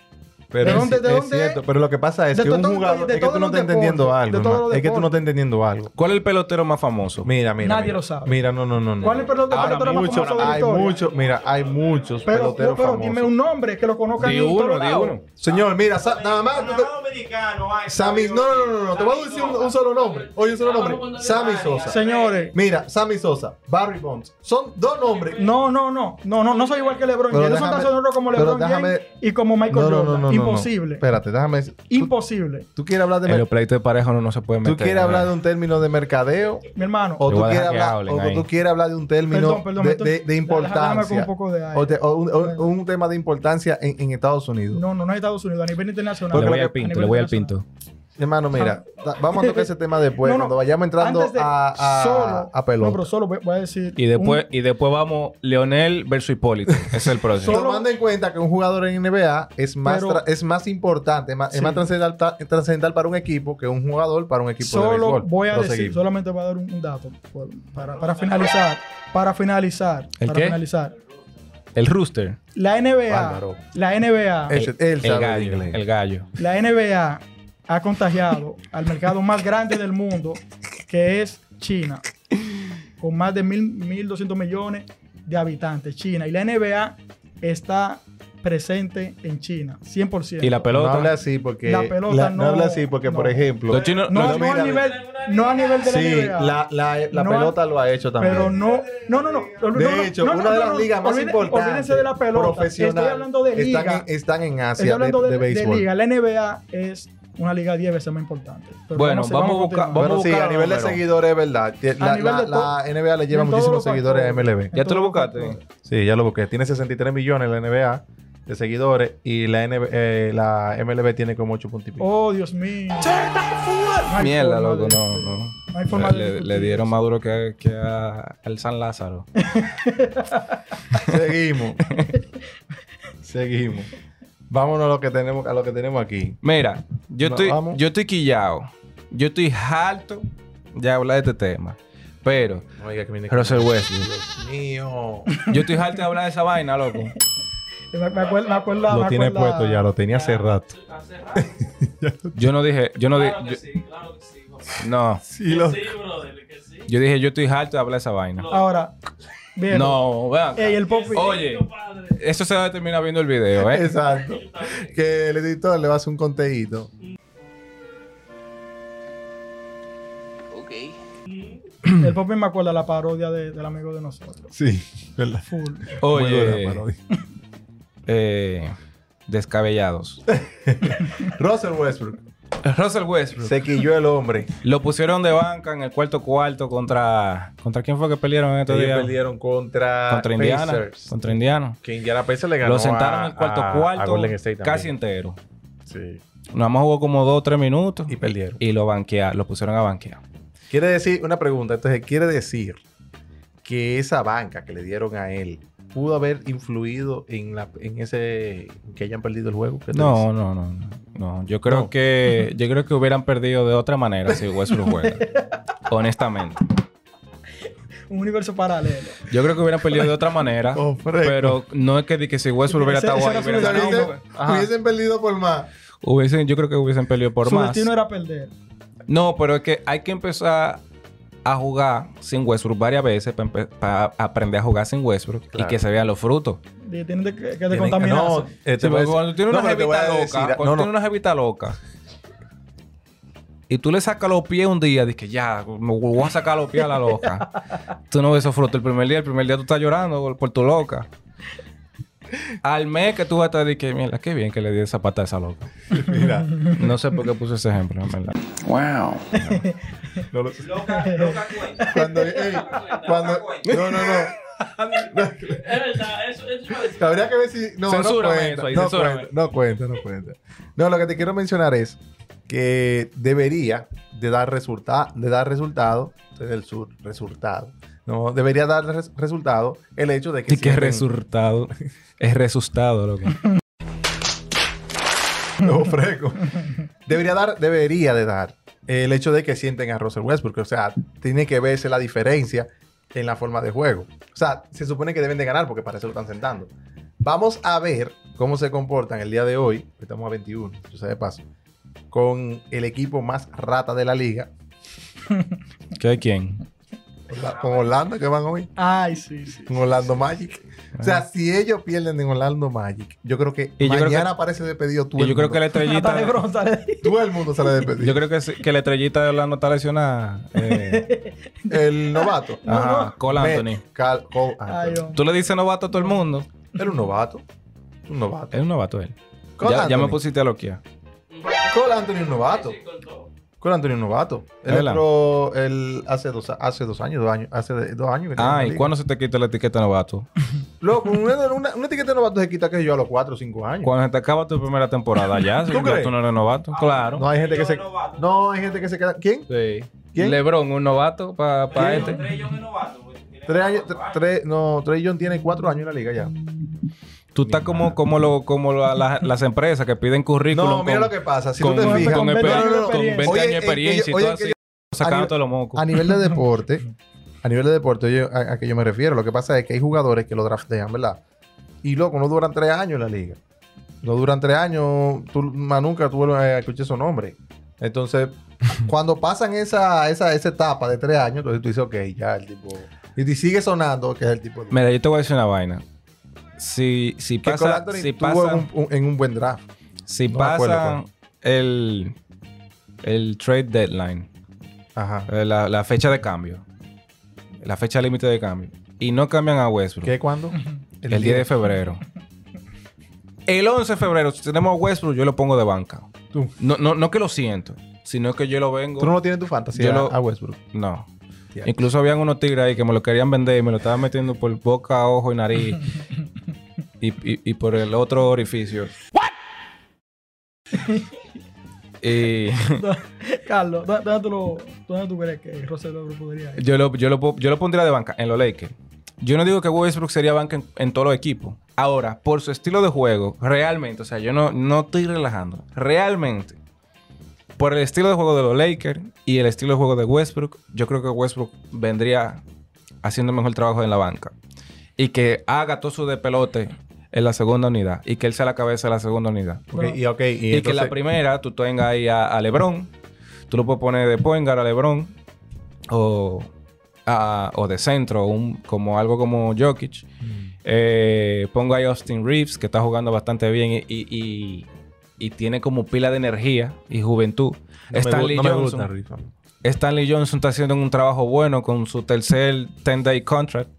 Speaker 2: Pero
Speaker 4: ¿De
Speaker 2: es-
Speaker 4: dónde- de
Speaker 2: es
Speaker 4: dónde
Speaker 2: cierto,
Speaker 4: es?
Speaker 2: pero lo que pasa es
Speaker 4: De
Speaker 2: que un
Speaker 4: todo-
Speaker 2: jugador,
Speaker 4: de
Speaker 2: es que
Speaker 4: todos
Speaker 2: tú no
Speaker 4: los
Speaker 2: estás entendiendo
Speaker 4: deportes, de
Speaker 2: algo,
Speaker 4: todos
Speaker 2: hermano.
Speaker 4: los
Speaker 2: es que tú no
Speaker 4: deportes.
Speaker 2: estás entendiendo algo.
Speaker 3: ¿Cuál es el pelotero más famoso?
Speaker 2: Mira, mira.
Speaker 4: Nadie
Speaker 2: mira.
Speaker 4: lo sabe.
Speaker 2: Mira, no, no, no. no.
Speaker 4: ¿Cuál es el pelotero-
Speaker 2: Ahora
Speaker 4: pelotero más
Speaker 2: mucho-
Speaker 4: famoso de la
Speaker 2: Hay
Speaker 4: historia?
Speaker 2: muchos, mira, hay muchos
Speaker 4: Pero,
Speaker 2: peloteros
Speaker 4: pero
Speaker 2: famosos.
Speaker 4: dime un nombre que lo conozcan
Speaker 3: Di
Speaker 4: en todos
Speaker 3: uno, di
Speaker 4: lados.
Speaker 3: uno.
Speaker 2: Señor, mira, sa- nada más. tú te-
Speaker 5: dominicano, ay,
Speaker 2: Sammy, no, no, no, no, no, te voy a decir un, un solo nombre. Oye, un solo nombre. Sammy Sosa.
Speaker 4: Señores,
Speaker 2: Mira, Sammy Sosa, Barry Bonds. Son dos nombres.
Speaker 4: no, no, no, no, no, no soy igual que LeBron.
Speaker 2: Pero
Speaker 4: James. no son tan
Speaker 2: déjame-
Speaker 4: sonoros como
Speaker 2: pero
Speaker 4: LeBron
Speaker 2: déjame-
Speaker 4: James y como Michael Jordan. Imposible.
Speaker 2: Espérate, déjame. decir- Tú,
Speaker 4: Imposible.
Speaker 2: tú quieres hablar de
Speaker 3: En
Speaker 2: mer-
Speaker 3: los pleitos de pareja uno no se puede meter.
Speaker 2: tú quieres hablar de un término de mercadeo
Speaker 4: Mi hermano.
Speaker 2: o
Speaker 3: Yo
Speaker 2: tú
Speaker 3: voy a
Speaker 2: quieres
Speaker 3: dejar que
Speaker 2: hablar
Speaker 3: hablen
Speaker 2: o
Speaker 3: ahí.
Speaker 2: tú quieres hablar de un término
Speaker 4: Perdón, perdón,
Speaker 2: de,
Speaker 4: me estoy-
Speaker 2: de- de
Speaker 4: déjame- déjame con
Speaker 2: importancia
Speaker 4: un poco de aire.
Speaker 2: o, te- o un, o- o un tema de importancia en, en Estados Unidos.
Speaker 4: No, no, no es Estados Unidos, a nivel internacional.
Speaker 3: Le voy
Speaker 4: A
Speaker 3: al pinto,
Speaker 4: nivel
Speaker 3: le voy al
Speaker 4: internacional.
Speaker 3: pinto.
Speaker 2: Hermano, mira, da- vamos a tocar ese tema después
Speaker 4: Ah. No, no.
Speaker 2: cuando vayamos entrando
Speaker 4: Antes de-
Speaker 2: a, a,
Speaker 4: solo,
Speaker 2: a pelota.
Speaker 4: No, pero solo voy, voy a decir.
Speaker 3: Y después,
Speaker 4: un-
Speaker 3: y después vamos Leonel versus Hipólito. Ese es el próximo.
Speaker 4: solo-
Speaker 2: Tomando en cuenta que un jugador en NBA es más,
Speaker 4: Pero-
Speaker 2: tra- es más importante, es más, es
Speaker 4: Sí.
Speaker 2: más trascendental, ta- trascendental para un equipo que un jugador para un equipo de
Speaker 4: solo
Speaker 2: béisbol.
Speaker 4: voy a
Speaker 2: Lo
Speaker 4: decir,
Speaker 2: seguimos.
Speaker 4: solamente voy a dar un, un dato por- para, para finalizar. Para finalizar.
Speaker 3: ¿El
Speaker 4: para
Speaker 3: qué?
Speaker 4: finalizar.
Speaker 3: El rooster.
Speaker 4: La NBA.
Speaker 2: Bárbaro. Eh.
Speaker 4: La NBA.
Speaker 2: Ese- él sabe
Speaker 3: el
Speaker 2: de
Speaker 3: gallo.
Speaker 2: inglés.
Speaker 3: El gallo.
Speaker 4: La NBA ha contagiado al mercado más grande del mundo, que es China, con más de mil- 1.200 millones de habitantes. China. Y la NBA está presente en China, 100%.
Speaker 3: Y la
Speaker 2: No
Speaker 3: pelota.
Speaker 2: hable así porque.
Speaker 4: La pelota
Speaker 2: la- no.
Speaker 4: no-
Speaker 2: hable así porque,
Speaker 4: no.
Speaker 2: por ejemplo.
Speaker 3: Los chinos-
Speaker 4: no,
Speaker 3: los-
Speaker 4: no a
Speaker 2: mira,
Speaker 4: nivel, no a nivel de la
Speaker 2: Sí,
Speaker 4: NBA.
Speaker 2: la, la- la
Speaker 4: No
Speaker 2: pelota lo ha hecho también.
Speaker 4: Pero no, no, no, no. no, no,
Speaker 2: de
Speaker 4: no,
Speaker 2: hecho,
Speaker 4: no, no,
Speaker 2: una de
Speaker 4: no,
Speaker 2: las
Speaker 4: no,
Speaker 2: ligas más
Speaker 4: olviden-
Speaker 2: importantes.
Speaker 4: Olvídense de la pelota.
Speaker 2: Profesional,
Speaker 4: Estoy hablando de liga.
Speaker 2: Están en, están en
Speaker 4: Estoy
Speaker 2: Asia de,
Speaker 4: hablando de,
Speaker 2: de
Speaker 4: de
Speaker 2: béisbol.
Speaker 4: liga. La NBA es una liga 10 veces más importante. Pero
Speaker 3: Bueno,
Speaker 4: sé,
Speaker 3: vamos a buscar-
Speaker 4: continuar.
Speaker 3: vamos
Speaker 2: Bueno, sí,
Speaker 3: buscar
Speaker 2: a nivel de
Speaker 3: números.
Speaker 2: seguidores es verdad. Tie-
Speaker 4: A
Speaker 2: La,
Speaker 4: nivel
Speaker 2: la-
Speaker 4: de todo.
Speaker 2: la NBA le lleva
Speaker 4: En todos
Speaker 2: muchísimos
Speaker 4: los
Speaker 2: seguidores a
Speaker 4: factores.
Speaker 2: MLB.
Speaker 3: Ya tú lo
Speaker 4: Entonces,
Speaker 3: buscaste.
Speaker 2: Sí, ya lo busqué. Tiene 63 millones la NBA de seguidores y la, NB eh, la MLB tiene como 8 puntos y pico.
Speaker 4: Oh, Dios mío. No hay
Speaker 3: Mierda,
Speaker 4: forma
Speaker 3: loco.
Speaker 4: de-
Speaker 3: No, no.
Speaker 4: No hay forma de
Speaker 3: le,
Speaker 4: discutir
Speaker 3: le dieron
Speaker 4: eso.
Speaker 3: más duro que, que a- al San Lázaro.
Speaker 2: Seguimos. Seguimos. Vámonos a lo que tenemos, a lo que tenemos aquí.
Speaker 3: Mira, yo,
Speaker 2: No,
Speaker 3: estoy,
Speaker 2: vamos.
Speaker 3: yo estoy quillado. Yo estoy harto de hablar de este tema. Pero
Speaker 2: Oiga, que viene
Speaker 3: Russell Westbrook.
Speaker 2: Dios mío.
Speaker 3: yo estoy harto de hablar de esa vaina, loco.
Speaker 4: Me, me acuerdo, me acuerdo,
Speaker 2: Lo
Speaker 4: me
Speaker 2: tiene
Speaker 4: acuerdo-
Speaker 2: puesto ya, lo tenía hace rato.
Speaker 5: Hace rato.
Speaker 3: Yo no dije, yo no dije,
Speaker 5: Claro que sí, claro que sí, papá.
Speaker 3: no.
Speaker 2: Sí, lo-
Speaker 5: Sí, brother, que sí.
Speaker 3: Yo dije, yo estoy harto de hablar de esa vaina.
Speaker 4: Ahora, bien.
Speaker 3: No, vean. acá.
Speaker 4: Ey, el Popi.
Speaker 3: Oye,
Speaker 5: Padre,
Speaker 3: eso se va a terminar viendo el video, ¿eh?
Speaker 2: Exacto. Que el editor le va a hacer un conteíto.
Speaker 4: El Poppy me acuerda la parodia de- del amigo de nosotros.
Speaker 2: Sí, verdad.
Speaker 4: Full.
Speaker 2: Muy
Speaker 3: Oye,
Speaker 2: buena parodia.
Speaker 3: eh, descabellados.
Speaker 2: Russell Westbrook.
Speaker 3: Russell Westbrook.
Speaker 2: Se quilló el hombre.
Speaker 3: Lo pusieron de banca en el cuarto cuarto contra... ¿Contra quién fue que pelearon en estos
Speaker 2: Ellos
Speaker 3: días?
Speaker 2: perdieron contra,
Speaker 3: Contra Indiana.
Speaker 2: Pacers.
Speaker 3: Contra Indiana.
Speaker 2: Que Indiana Pacers le ganó
Speaker 3: Lo sentaron
Speaker 2: a-
Speaker 3: en el cuarto
Speaker 2: a- a
Speaker 3: cuarto
Speaker 2: Golden State
Speaker 3: casi
Speaker 2: también.
Speaker 3: entero.
Speaker 2: Sí.
Speaker 3: Nada más jugó como dos o tres minutos.
Speaker 2: Y perdieron.
Speaker 3: Y lo banquea, lo pusieron a banquear.
Speaker 2: Quiere decir, una pregunta, entonces, quiere decir que esa banca que le dieron a él pudo haber influido en la en ese que hayan perdido el juego. ¿Qué te
Speaker 3: No,
Speaker 2: dice?
Speaker 3: no, no, no. No, yo creo
Speaker 2: No.
Speaker 3: que yo creo que hubieran perdido de otra manera si Westbrook juega. Honestamente.
Speaker 4: Un universo paralelo.
Speaker 3: Yo creo que hubieran perdido de otra manera,
Speaker 2: Oh, fresco.
Speaker 3: pero no es que, di que si Westbrook hubiera
Speaker 4: Ese-
Speaker 3: estado
Speaker 4: ese
Speaker 3: ahí
Speaker 4: era su
Speaker 3: hubiera
Speaker 4: destino.
Speaker 3: ganado,
Speaker 2: Hubiesen-
Speaker 3: ajá.
Speaker 2: Hubiesen perdido por más.
Speaker 3: Hubiesen- yo creo que hubiesen peleado por
Speaker 4: Su
Speaker 3: más.
Speaker 4: destino era perder.
Speaker 3: No, pero es que hay que empezar a jugar sin Westbrook varias veces para, empe- para aprender a jugar sin Westbrook y
Speaker 2: Claro.
Speaker 3: que se vean los frutos.
Speaker 4: de- tienen de- que, que
Speaker 3: Tienen-
Speaker 4: descontaminar.
Speaker 2: no,
Speaker 4: Sí,
Speaker 2: eh, te
Speaker 3: Sí,
Speaker 2: voy a
Speaker 3: porque
Speaker 2: decir-
Speaker 3: cuando tienes
Speaker 2: no,
Speaker 3: una
Speaker 2: pero te voy a
Speaker 3: jevita
Speaker 2: decir-
Speaker 3: loca, cuando
Speaker 2: no, no.
Speaker 3: tienes una jevita loca y tú le sacas los pies un día, dices que ya, me voy a sacar los pies a la loca. tú no ves eso fruto el primer día, el primer día tú estás llorando por- por tu loca. Al mes que tú vas a estar diciendo, mira, qué bien que le di esa pata a esa loca.
Speaker 2: Mira,
Speaker 3: No sé por qué puse ese ejemplo, en verdad.
Speaker 2: no lo-
Speaker 5: Loca, loca cuenta.
Speaker 2: cuando, ey, cuando- no, no, no.
Speaker 5: Es verdad, eso, eso iba a decir.
Speaker 2: Habría que ver si. No,
Speaker 3: Censúrame
Speaker 2: no cuenta,
Speaker 3: eso ahí,
Speaker 2: no,
Speaker 3: censúrame.
Speaker 2: cuenta, no cuenta, no cuenta. No, lo que te quiero mencionar es que debería de dar, resulta de dar resultado, el sur, resultado. No, debería dar res- resultado el hecho de que.
Speaker 3: Y qué
Speaker 2: sienten-
Speaker 3: resultado. Es resustado, loco.
Speaker 2: No, freco. Debería dar, debería de dar el hecho de que sienten a Russell Westbrook. O sea, tiene que verse la diferencia en la forma de juego. O sea, se supone que deben de ganar porque para eso lo están sentando. Vamos a ver cómo se comportan el día de hoy. Estamos a 21, yo sé de paso. Con el equipo más rata de la liga.
Speaker 3: ¿Qué quién?
Speaker 2: Orla- Con Orlando, que van hoy.
Speaker 4: Ay, sí, sí.
Speaker 2: Con Orlando Magic. O sea, si ellos pierden en Orlando Magic, yo creo que
Speaker 3: Y yo creo
Speaker 2: mañana
Speaker 3: que-
Speaker 2: aparece despedido tú.
Speaker 3: Y yo creo que la
Speaker 4: Hasta
Speaker 3: estrellita.
Speaker 4: LeBron sale de ahí.
Speaker 2: Todo el mundo sale despedido.
Speaker 3: Yo creo que, sí- que la estrellita de Orlando está lesionada. eh,
Speaker 2: El novato.
Speaker 3: ajá, Ah, Cole
Speaker 2: Me-
Speaker 3: Anthony.
Speaker 2: Cal- Cole
Speaker 4: Ay,
Speaker 2: Anthony.
Speaker 4: hombre.
Speaker 3: Tú le dices novato a todo el mundo.
Speaker 2: Era un novato. Un novato.
Speaker 3: Es un novato él.
Speaker 2: Cole
Speaker 3: Eh, Ya, ya
Speaker 2: Anthony.
Speaker 3: me pusiste a loquear.
Speaker 2: Cole Anthony un novato.
Speaker 5: Sí, con todo.
Speaker 2: Cole Anthony un novato.
Speaker 3: Es
Speaker 2: Él
Speaker 3: verdad.
Speaker 2: entró el, hace, dos, hace dos años, dos años, hace de- dos años. que está en la
Speaker 3: Ah, ¿y
Speaker 2: liga.
Speaker 3: cuándo se te quita la etiqueta de novato?
Speaker 2: Loco, una, una- una etiqueta de novato se quita que yo a los cuatro o cinco años.
Speaker 3: Cuando se te acaba tu primera temporada ya.
Speaker 2: ¿Tú
Speaker 3: ya
Speaker 2: crees? Ah,
Speaker 3: tú no eres novato. Claro.
Speaker 2: No hay gente que
Speaker 5: Yo
Speaker 2: se...
Speaker 5: novato.
Speaker 2: No, hay gente que se queda... ¿Quién?
Speaker 3: Sí.
Speaker 2: ¿Quién?
Speaker 3: Lebron, un novato para
Speaker 2: ¿Quién?
Speaker 5: Los
Speaker 3: este.
Speaker 5: tres yo me novato, güey. Tiene
Speaker 2: Tres años...
Speaker 5: cuatro
Speaker 2: tre- Tres, no, Trey John tiene cuatro años en la liga ya.
Speaker 3: Tú estás como, como, lo, como la- la- las empresas que piden currículum.
Speaker 2: No, mira
Speaker 3: con-
Speaker 2: lo que pasa. Si tú
Speaker 3: con,
Speaker 2: te
Speaker 3: con
Speaker 2: fijas...
Speaker 4: con
Speaker 2: No,
Speaker 4: veinte
Speaker 3: exper-
Speaker 2: no,
Speaker 4: años de
Speaker 2: no.
Speaker 3: con 20
Speaker 2: Oye,
Speaker 3: años de
Speaker 2: en que yo-
Speaker 3: experiencia y
Speaker 2: oye,
Speaker 3: todo
Speaker 2: en que
Speaker 3: así.
Speaker 2: yo-
Speaker 3: Sacando
Speaker 2: nivel-
Speaker 3: todos los mocos.
Speaker 2: A nivel de deporte, a nivel de deporte, oye, a, a que yo me refiero, lo que pasa es que hay jugadores que lo draftean, ¿verdad? Y loco, no duran tres años en la liga. No duran tres años, tú más nunca tú vuelves a escuchar esos nombres. Entonces, cuando pasan esa, esa, esa etapa de tres años, entonces tú dices, ok, ya el tipo. Y te sigue sonando que es el tipo.
Speaker 3: Mira, yo te voy a decir una vaina. Si, si
Speaker 2: que Cole
Speaker 3: pasa,
Speaker 2: Anthony
Speaker 3: si
Speaker 2: tuvo
Speaker 3: pasa,
Speaker 2: en un- un- en un buen draft.
Speaker 3: si
Speaker 2: no me
Speaker 3: pasa
Speaker 2: acuerdo cuál.
Speaker 3: el, el trade deadline,
Speaker 2: Ajá.
Speaker 3: eh, la, la fecha de cambio, la fecha límite de cambio, y no cambian a Westbrook
Speaker 2: ¿Qué cuándo?
Speaker 3: el 10 de febrero. El 11 de febrero, si tenemos a Westbrook, yo lo pongo de banca.
Speaker 2: Tú.
Speaker 3: No, no, no que lo siento, sino que yo lo vengo.
Speaker 2: Tú no lo tienes en tu fantasía
Speaker 3: Yo lo-
Speaker 2: a Westbrook.
Speaker 3: No.
Speaker 2: Ya.
Speaker 3: Incluso habían unos tigres ahí que me lo querían vender y me lo estaban metiendo por boca, ojo y nariz. y, y- y por el otro orificio. y
Speaker 4: Carlos, ¿dó- ¿dónde tú, lo, dónde tú crees que Russell Westbrook podría ir?
Speaker 3: yo lo, yo, lo, po- yo lo pondría de banca en los Lakers. Yo no digo que Westbrook sería banca en, en todos los equipos. Ahora, por su estilo de juego, realmente, o sea, yo no, no estoy relajando. Realmente, por el estilo de juego de los Lakers y el estilo de juego de Westbrook, yo creo que Westbrook vendría haciendo mejor trabajo en la banca. Y que haga todo su de pelote en la segunda unidad. Y que él sea la cabeza de la segunda unidad.
Speaker 2: Ok, y, ok, y
Speaker 3: Y, que
Speaker 2: entonces-
Speaker 3: la primera tú tengas ahí a, a LeBron. Tú lo puedes poner de point guard a LeBron. O, a- o de centro. un- como algo como Jokic.
Speaker 2: Mm.
Speaker 3: Eh, pongo ahí a Austin Reeves, que está jugando bastante bien y, y- y- y tiene como pila de energía y juventud.
Speaker 2: No me gu-
Speaker 3: Stanley,
Speaker 2: no me
Speaker 3: Johnson,
Speaker 2: gusta, Rifa.
Speaker 3: Stanley Johnson está haciendo un trabajo bueno con su tercer 10-day contract.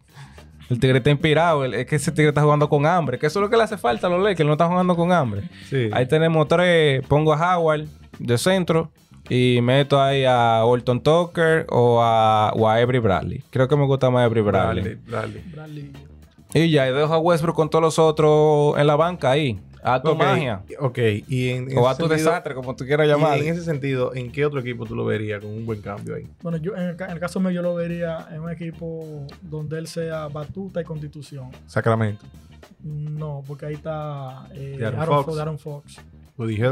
Speaker 3: El tigre está inspirado. el- Es que ese tigre está jugando con hambre. Que eso es lo que le hace falta a los Lakers. No está jugando con hambre.
Speaker 2: Sí.
Speaker 3: Ahí tenemos tres. Pongo a Howard de centro y meto ahí a Orton Tucker o a, o a Avery Bradley. Creo que me gusta más Avery Bradley.
Speaker 2: Dale, dale.
Speaker 4: Bradley.
Speaker 3: Y ya, y dejo a Westbrook con todos los otros en la banca ahí. A tu
Speaker 2: Ok,
Speaker 3: magia.
Speaker 2: Ok, y en, en
Speaker 3: O a
Speaker 2: ese
Speaker 3: tu
Speaker 2: sentido-
Speaker 3: desastre, como tú quieras
Speaker 2: y
Speaker 3: llamar.
Speaker 2: en ese sentido, ¿en qué otro equipo tú lo verías con un buen cambio ahí?
Speaker 4: Bueno, yo, en, el, ca- en el caso mío, yo lo vería en un equipo donde él sea batuta y constitución.
Speaker 2: Sacramento.
Speaker 4: No, porque ahí está eh,
Speaker 2: De Aaron
Speaker 4: Aaron
Speaker 2: Fox.
Speaker 4: Fo- de Aaron Fox.
Speaker 2: Lo Pues dije.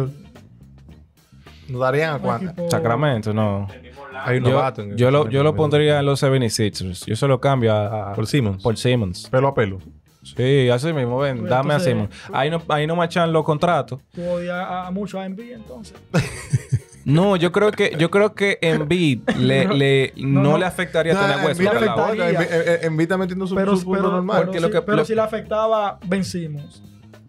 Speaker 2: ¿Nos darían a
Speaker 4: Un
Speaker 2: cuántas?
Speaker 4: equipo-
Speaker 3: Sacramento, no.
Speaker 5: cuatro. El mismo lado.
Speaker 2: Hay un
Speaker 3: Yo,
Speaker 2: novato. en el-
Speaker 3: yo lo, yo lo
Speaker 2: en el-
Speaker 3: pondría en los 76ers. Yo se lo cambio a, a-
Speaker 2: Por Simmons.
Speaker 3: por Simmons.
Speaker 2: Pelo a pelo.
Speaker 3: Sí, así mismo, ven,
Speaker 4: Pues
Speaker 3: dame
Speaker 4: entonces-
Speaker 3: a Simmons. Ahí no, ahí no machan los contratos.
Speaker 4: Tú odias a, a muchos a Embiid, entonces.
Speaker 3: No, yo creo que, yo creo que Embiid le, le, no,
Speaker 4: No, no.
Speaker 3: le afectaría tener a
Speaker 2: Embiid
Speaker 3: Westbrook al
Speaker 2: le
Speaker 3: lado.
Speaker 2: afecta,
Speaker 4: Afectaría.
Speaker 2: Embiid- eh, eh, Embiid está metiendo su,
Speaker 4: Pero,
Speaker 2: su punto
Speaker 4: pero-
Speaker 2: normal.
Speaker 4: pero
Speaker 3: que lo
Speaker 4: si,
Speaker 3: que-
Speaker 4: pero
Speaker 3: lo-
Speaker 4: si le afectaba, vencimos.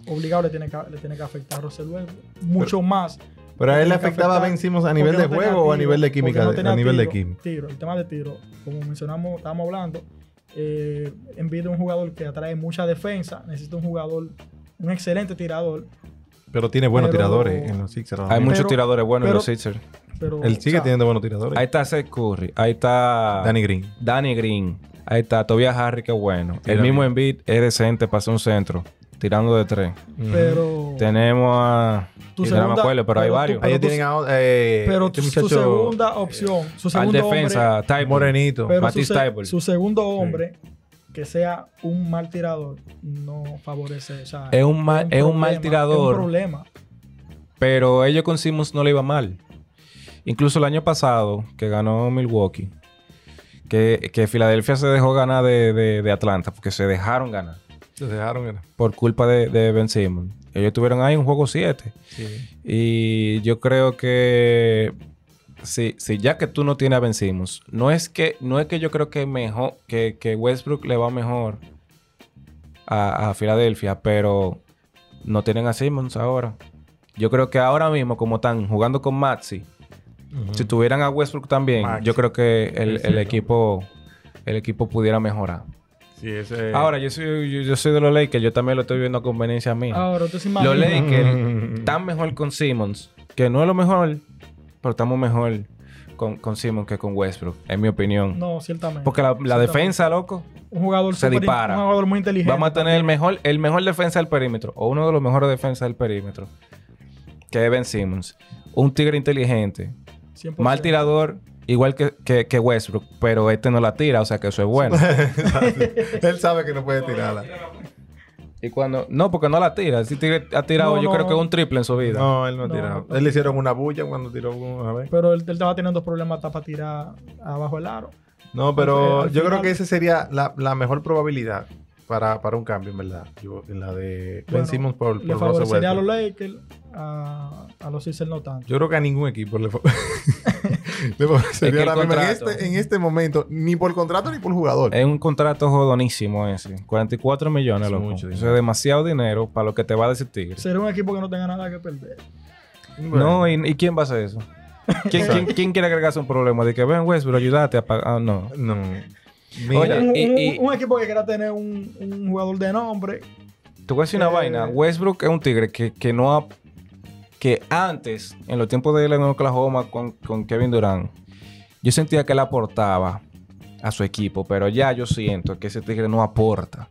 Speaker 4: Obligado le tiene que, le tiene que afectar a Russell Westbrook. Mucho más.
Speaker 2: Pero a él le
Speaker 4: Tiene que
Speaker 2: afectaba
Speaker 4: afectar
Speaker 2: Ben Simmons a
Speaker 4: porque
Speaker 2: nivel
Speaker 4: no
Speaker 2: de
Speaker 4: tenía
Speaker 2: juego o a
Speaker 4: tiro,
Speaker 2: nivel de
Speaker 4: porque
Speaker 2: química.
Speaker 4: no
Speaker 2: de-
Speaker 4: tenía
Speaker 2: a nivel de
Speaker 4: tiro,
Speaker 2: química.
Speaker 4: Tiro, el tema de tiro, como mencionamos, estábamos hablando, eh, Embiid es un jugador que atrae mucha defensa, necesita un jugador, un excelente tirador,
Speaker 2: Pero tiene buenos
Speaker 4: Pero-
Speaker 2: tiradores en los Sixers. ahora
Speaker 3: Hay
Speaker 2: mismo.
Speaker 3: muchos
Speaker 4: Pero-
Speaker 3: tiradores buenos en
Speaker 4: pero- pues.
Speaker 3: los Sixers.
Speaker 4: pero...
Speaker 2: Él sigue
Speaker 4: o sea,
Speaker 2: teniendo buenos
Speaker 3: Ahí
Speaker 2: tiradores.
Speaker 3: está Seth Curry. Ahí está
Speaker 2: Danny Green.
Speaker 3: Danny Green. Ahí está Tobias Harris, qué bueno.
Speaker 2: Tira
Speaker 3: el mismo
Speaker 2: bien.
Speaker 3: Embiid es decente, pasa un centro, tirando de tres.
Speaker 4: Pero...
Speaker 3: Tenemos a...
Speaker 4: Tu
Speaker 3: y no me
Speaker 4: segunda-
Speaker 3: acuerdo, pero hay
Speaker 4: pero tu-
Speaker 3: varios.
Speaker 4: pero
Speaker 2: Ahí
Speaker 4: tú-
Speaker 2: tienen a eh,
Speaker 4: pero
Speaker 2: este
Speaker 4: su- su
Speaker 2: muchacho eh,
Speaker 4: segunda opción, su
Speaker 3: Al
Speaker 4: segundo hombre,
Speaker 3: defensa, Type
Speaker 2: morenito.
Speaker 4: pero su,
Speaker 3: Matisse
Speaker 4: se-
Speaker 3: Thybulle.
Speaker 4: su segundo hombre que sea un mal tirador no favorece, o sea,
Speaker 3: Es un mal, es un mal
Speaker 4: problema, Es
Speaker 3: tirador,
Speaker 4: un problema.
Speaker 3: pero ellos con Simmons no le iba mal. Incluso el año pasado, que ganó Milwaukee, que, que Filadelfia se dejó ganar de, de- de Atlanta, porque se dejaron ganar
Speaker 2: Se dejaron, era.
Speaker 3: por culpa de, de Ben Simmons. Ellos tuvieron ahí un juego 7. Y yo creo que si, si ya que tú no tienes a Ben Simmons, no es que, no es que yo creo que mejor, que, que Westbrook le va mejor a, a Filadelfia, pero no tienen a Simmons ahora. Yo creo que ahora mismo, como están jugando con Maxi, si tuvieran a Westbrook también,
Speaker 2: Mm. Maxi.
Speaker 3: yo creo que el,
Speaker 2: Sí,
Speaker 3: el
Speaker 2: sí.
Speaker 3: equipo el equipo pudiera mejorar.
Speaker 2: Sí, ese.
Speaker 3: Ahora, yo soy, yo, yo soy de los Lakers, yo también lo estoy viendo a conveniencia mía.
Speaker 4: Ahora, entonces
Speaker 3: Los
Speaker 4: imagínate.
Speaker 3: Lakers tan mejor con Simmons, que no es lo mejor, pero estamos mejor con, con Simmons que con Westbrook, en mi opinión.
Speaker 4: No, ciertamente.
Speaker 3: Porque la, la
Speaker 4: Ciertamente.
Speaker 3: defensa, loco,
Speaker 4: Un jugador
Speaker 3: se
Speaker 4: superi-
Speaker 3: dispara.
Speaker 4: Un jugador muy inteligente.
Speaker 3: vamos a tener el mejor, el mejor defensa del perímetro, o uno de los mejores defensas del perímetro, que es Ben Simmons. Un tigre inteligente,
Speaker 4: 100%.
Speaker 3: mal tirador, igual que, que- que Westbrook, pero este no la tira, o sea que eso es bueno.
Speaker 2: Él sabe que no puede tirarla.
Speaker 3: y cuando, no, porque no la tira, si tigre ha tirado
Speaker 4: No,
Speaker 3: yo
Speaker 4: no.
Speaker 3: creo que un triple en su vida.
Speaker 2: No, él no,
Speaker 4: No,
Speaker 2: tiraba.
Speaker 4: no.
Speaker 2: Él le hicieron una bulla cuando tiró uno, a ver.
Speaker 4: Pero él, él estaba teniendo dos problemas hasta para tirar abajo el aro.
Speaker 2: No, pero
Speaker 4: Entonces, al
Speaker 2: yo creo
Speaker 4: final-
Speaker 2: que esa sería la, la mejor probabilidad para, para un cambio, en verdad. Yo, en la de Ben
Speaker 4: Bueno,
Speaker 2: Simmons por, por
Speaker 4: Le
Speaker 2: Russell
Speaker 4: favorecería a
Speaker 2: Westbrook.
Speaker 4: los Lakers, a, a los Sixers no tanto.
Speaker 2: Yo creo que a ningún equipo le, fa- le favorecería
Speaker 3: Es que el
Speaker 2: ahora mismo en
Speaker 3: contrato. Eh,
Speaker 2: este, en este momento, ni por contrato ni por jugador.
Speaker 3: Es un contrato jodonísimo ese. 44 millones,
Speaker 2: Es
Speaker 3: loco.
Speaker 2: mucho
Speaker 3: Eso
Speaker 2: dinero.
Speaker 3: es demasiado dinero para lo que te va a decir Tigre.
Speaker 4: Sería un equipo que no tenga nada que perder.
Speaker 3: No, ¿y, y quién va a hacer eso? ¿Quién, quién, quién quiere agregarse un problema? De que ven, Westbrook, ayúdate a pagar. Ah, no.
Speaker 2: no. Mira,
Speaker 3: Oye,
Speaker 4: un,
Speaker 3: y-
Speaker 4: un-
Speaker 3: y-
Speaker 4: un equipo que quiera tener un, un jugador de nombre.
Speaker 3: Tú voy a decir una
Speaker 4: Eh.
Speaker 3: vaina. Westbrook es un Tigre que, que no ha. Que antes, en los tiempos de él en Oklahoma con, con Kevin Durant, yo sentía que él aportaba a su equipo, pero ya yo siento que ese Tigre no aporta.